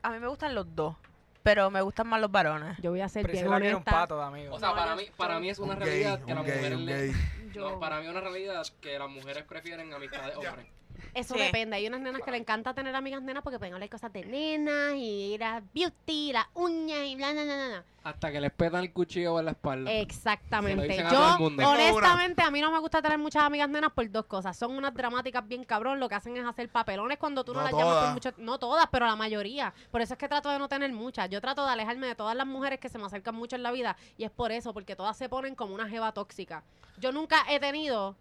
S4: A mí me gustan los dos, pero me gustan más los varones.
S3: Yo voy a ser bien
S5: Priscila quiere un
S3: honesta.
S5: pato de amigo.
S6: O sea,
S3: No,
S6: para
S3: yo
S6: mí,
S3: estoy-
S6: para mí es una
S1: Un gay,
S6: realidad que
S1: un
S6: las
S1: gay,
S6: mujeres
S1: un
S6: le-
S1: gay.
S3: Yo-
S6: No, para mí es una realidad que las mujeres prefieren amistades hombres.
S3: Eso
S4: Sí.
S3: depende. Hay unas nenas que le encanta tener amigas nenas porque pueden hablar cosas de nenas y ir a beauty, las uñas y bla, bla, bla, bla, bla.
S6: Hasta que les petan el cuchillo en la espalda.
S3: Eh,
S6: Se lo
S3: Exactamente.
S6: dicen a todo
S3: Yo,
S6: el mundo.
S3: honestamente, a mí no me gusta tener muchas amigas nenas por dos cosas. Son unas dramáticas bien cabrón. Lo que hacen es hacer papelones cuando tú no,
S1: No
S3: las llamas
S1: todas.
S3: por mucho. No todas, pero la mayoría. Por eso es que trato de no tener muchas. Yo trato de alejarme de todas las mujeres que se me acercan mucho en la vida. Y es por eso, porque todas se ponen como una jeva tóxica. Yo nunca he tenido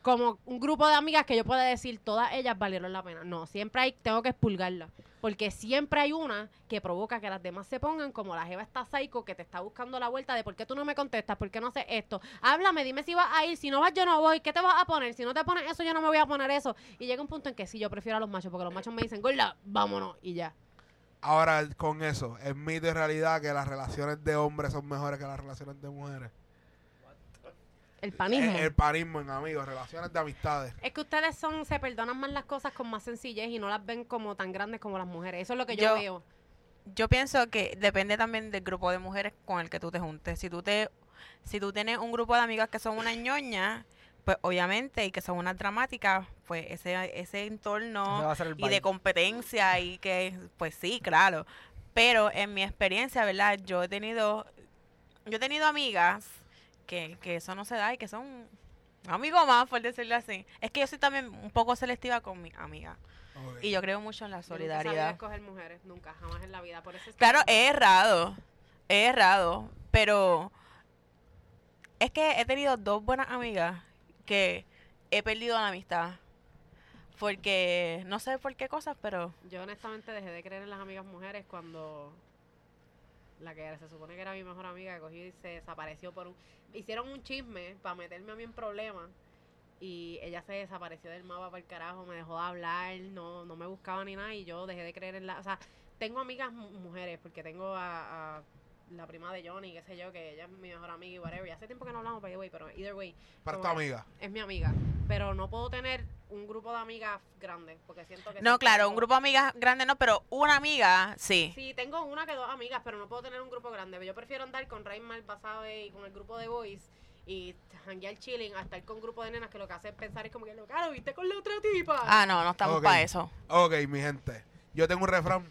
S3: como un grupo de amigas que yo pueda decir, todas ellas valieron la pena. No, siempre hay, tengo que expulgarla. Porque siempre hay una que provoca que las demás se pongan como la jeva está psycho que te está buscando la vuelta de por qué tú no me contestas, por qué no haces esto. Háblame, dime si vas a ir, si no vas yo no voy, ¿qué te vas a poner? Si no te pones eso yo no me voy a poner eso. Y llega un punto en que sí, yo prefiero a los machos porque los machos me dicen, gorda, vámonos y ya.
S1: Ahora, con eso, es mito y realidad que las relaciones de hombres son mejores que las relaciones de mujeres.
S3: El panismo.
S1: Eh, El, el panismo en amigos, relaciones de amistades.
S3: Es que ustedes son, se perdonan más las cosas con más sencillez y no las ven como tan grandes como las mujeres. Eso es lo que yo,
S4: Yo-
S3: veo.
S4: Yo pienso que depende también del grupo de mujeres con el que tú te juntes. Si tú te si tú tienes un grupo de amigas que son una ñoña, pues obviamente y que son unas dramáticas, pues ese ese entorno
S5: Ese va a ser el
S4: y de
S5: vibe.
S4: competencia y que pues sí, claro. Pero en mi experiencia, ¿verdad? Yo he tenido yo he tenido amigas que, que eso no se da y que son amigos más, por decirlo así. Es que yo soy también un poco selectiva con mis amigas
S1: Ok.
S4: y yo creo mucho en la
S3: Yo nunca he sabido
S4: solidaridad.
S3: escoger mujeres, nunca, jamás en la vida. Por eso es que-
S4: Claro, he errado, he errado, pero es que he tenido dos buenas amigas que he perdido la amistad. Porque no sé por qué cosas, pero
S3: Yo honestamente dejé de creer en las amigas mujeres cuando la que era- se supone que era mi mejor amiga cogió y se desapareció por un... Hicieron un chisme para meterme a mí en problemas y ella se desapareció del mapa para el carajo, me dejó de hablar, no, no me buscaba ni nada y yo dejé de creer en la... O sea, tengo amigas mu- mujeres porque tengo a, a la prima de Johnny, qué sé yo, que ella es mi mejor amiga y whatever. Y hace tiempo que no hablamos, by the way, pero either way
S1: Para tu amiga.
S3: es mi amiga. Pero no puedo tener un grupo de amigas grandes porque siento que...
S4: no,
S3: siempre
S4: claro,
S3: tengo-
S4: un grupo de amigas grande no, pero una amiga sí.
S3: Sí, tengo una que dos amigas, pero no puedo tener un grupo grande. Yo prefiero andar con Raymar Basabe y con el grupo de boys y hanguear chilling a estar con un grupo de nenas que lo que hace es pensar es como que, lo caro, viste con la otra tipa.
S4: Ah, no, no estamos
S1: Ok.
S4: para eso.
S1: Ok, mi gente. Yo tengo un refrán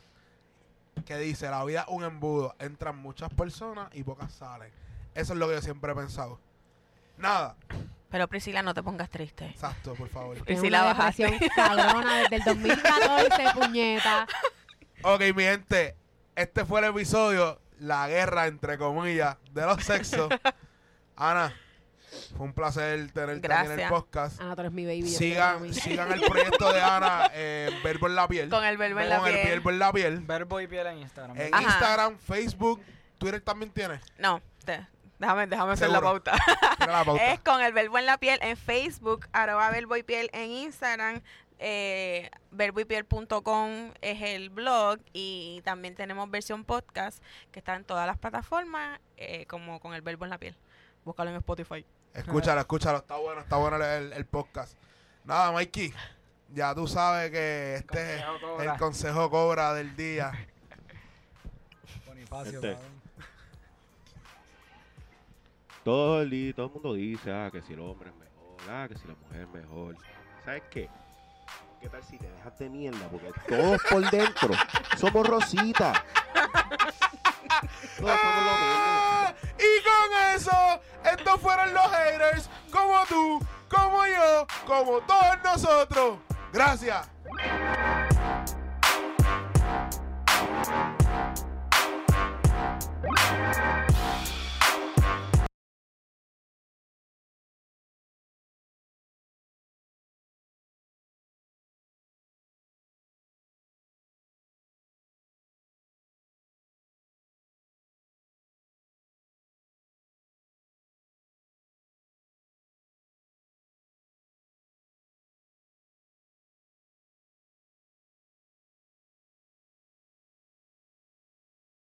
S1: que dice, la vida es un embudo. Entran muchas personas y pocas salen. Eso es lo que yo siempre he pensado. Nada.
S4: Pero Priscila, no te pongas triste.
S1: Exacto, por favor.
S4: Y si la bajaste.
S3: cabrona desde el 2014, puñeta.
S1: Ok, mi gente. Este fue el episodio, la guerra, entre comillas, de los sexos. Ana, fue un placer tenerte aquí en el
S4: Gracias.
S1: podcast.
S3: Ana, Ah, tú eres mi baby. yo soy tu
S1: Sigan,
S3: mami.
S1: sigan el proyecto de Ana, eh, Verbo en la piel.
S4: Con el verbo en la
S1: Con el
S4: piel.
S1: Verbo en la piel.
S5: Verbo y piel en Instagram.
S1: En
S4: Ajá.
S1: Instagram, Facebook, Twitter también tiene.
S4: No, te- déjame, déjame hacer la
S1: Seguro.
S4: pauta.
S1: Tira la pauta.
S4: Es con el verbo en la piel en Facebook, arroba verbo y piel en Instagram, eh, verboypiel.com es el blog y también tenemos versión podcast que está en todas las plataformas, eh, como con el verbo en la piel. Búscalo en Spotify.
S1: Escúchalo, escúchalo. Está bueno, está bueno el, el- el podcast. Nada, Mikey. Ya tú sabes que este es
S5: Consejo cobra.
S1: el consejo cobra del día.
S5: Bonifacio,
S7: Este.
S5: cabrón.
S7: Todo el, di- todo el mundo dice, ah, que si el hombre es mejor, ah, que si la mujer es mejor. ¿Sabes qué? ¿Qué tal si te dejas de mierda? Porque todos por dentro somos rositas. Todos somos lo mismo.
S1: Ah, Y con eso, estos fueron los haters, como tú, como yo, como todos nosotros. Gracias.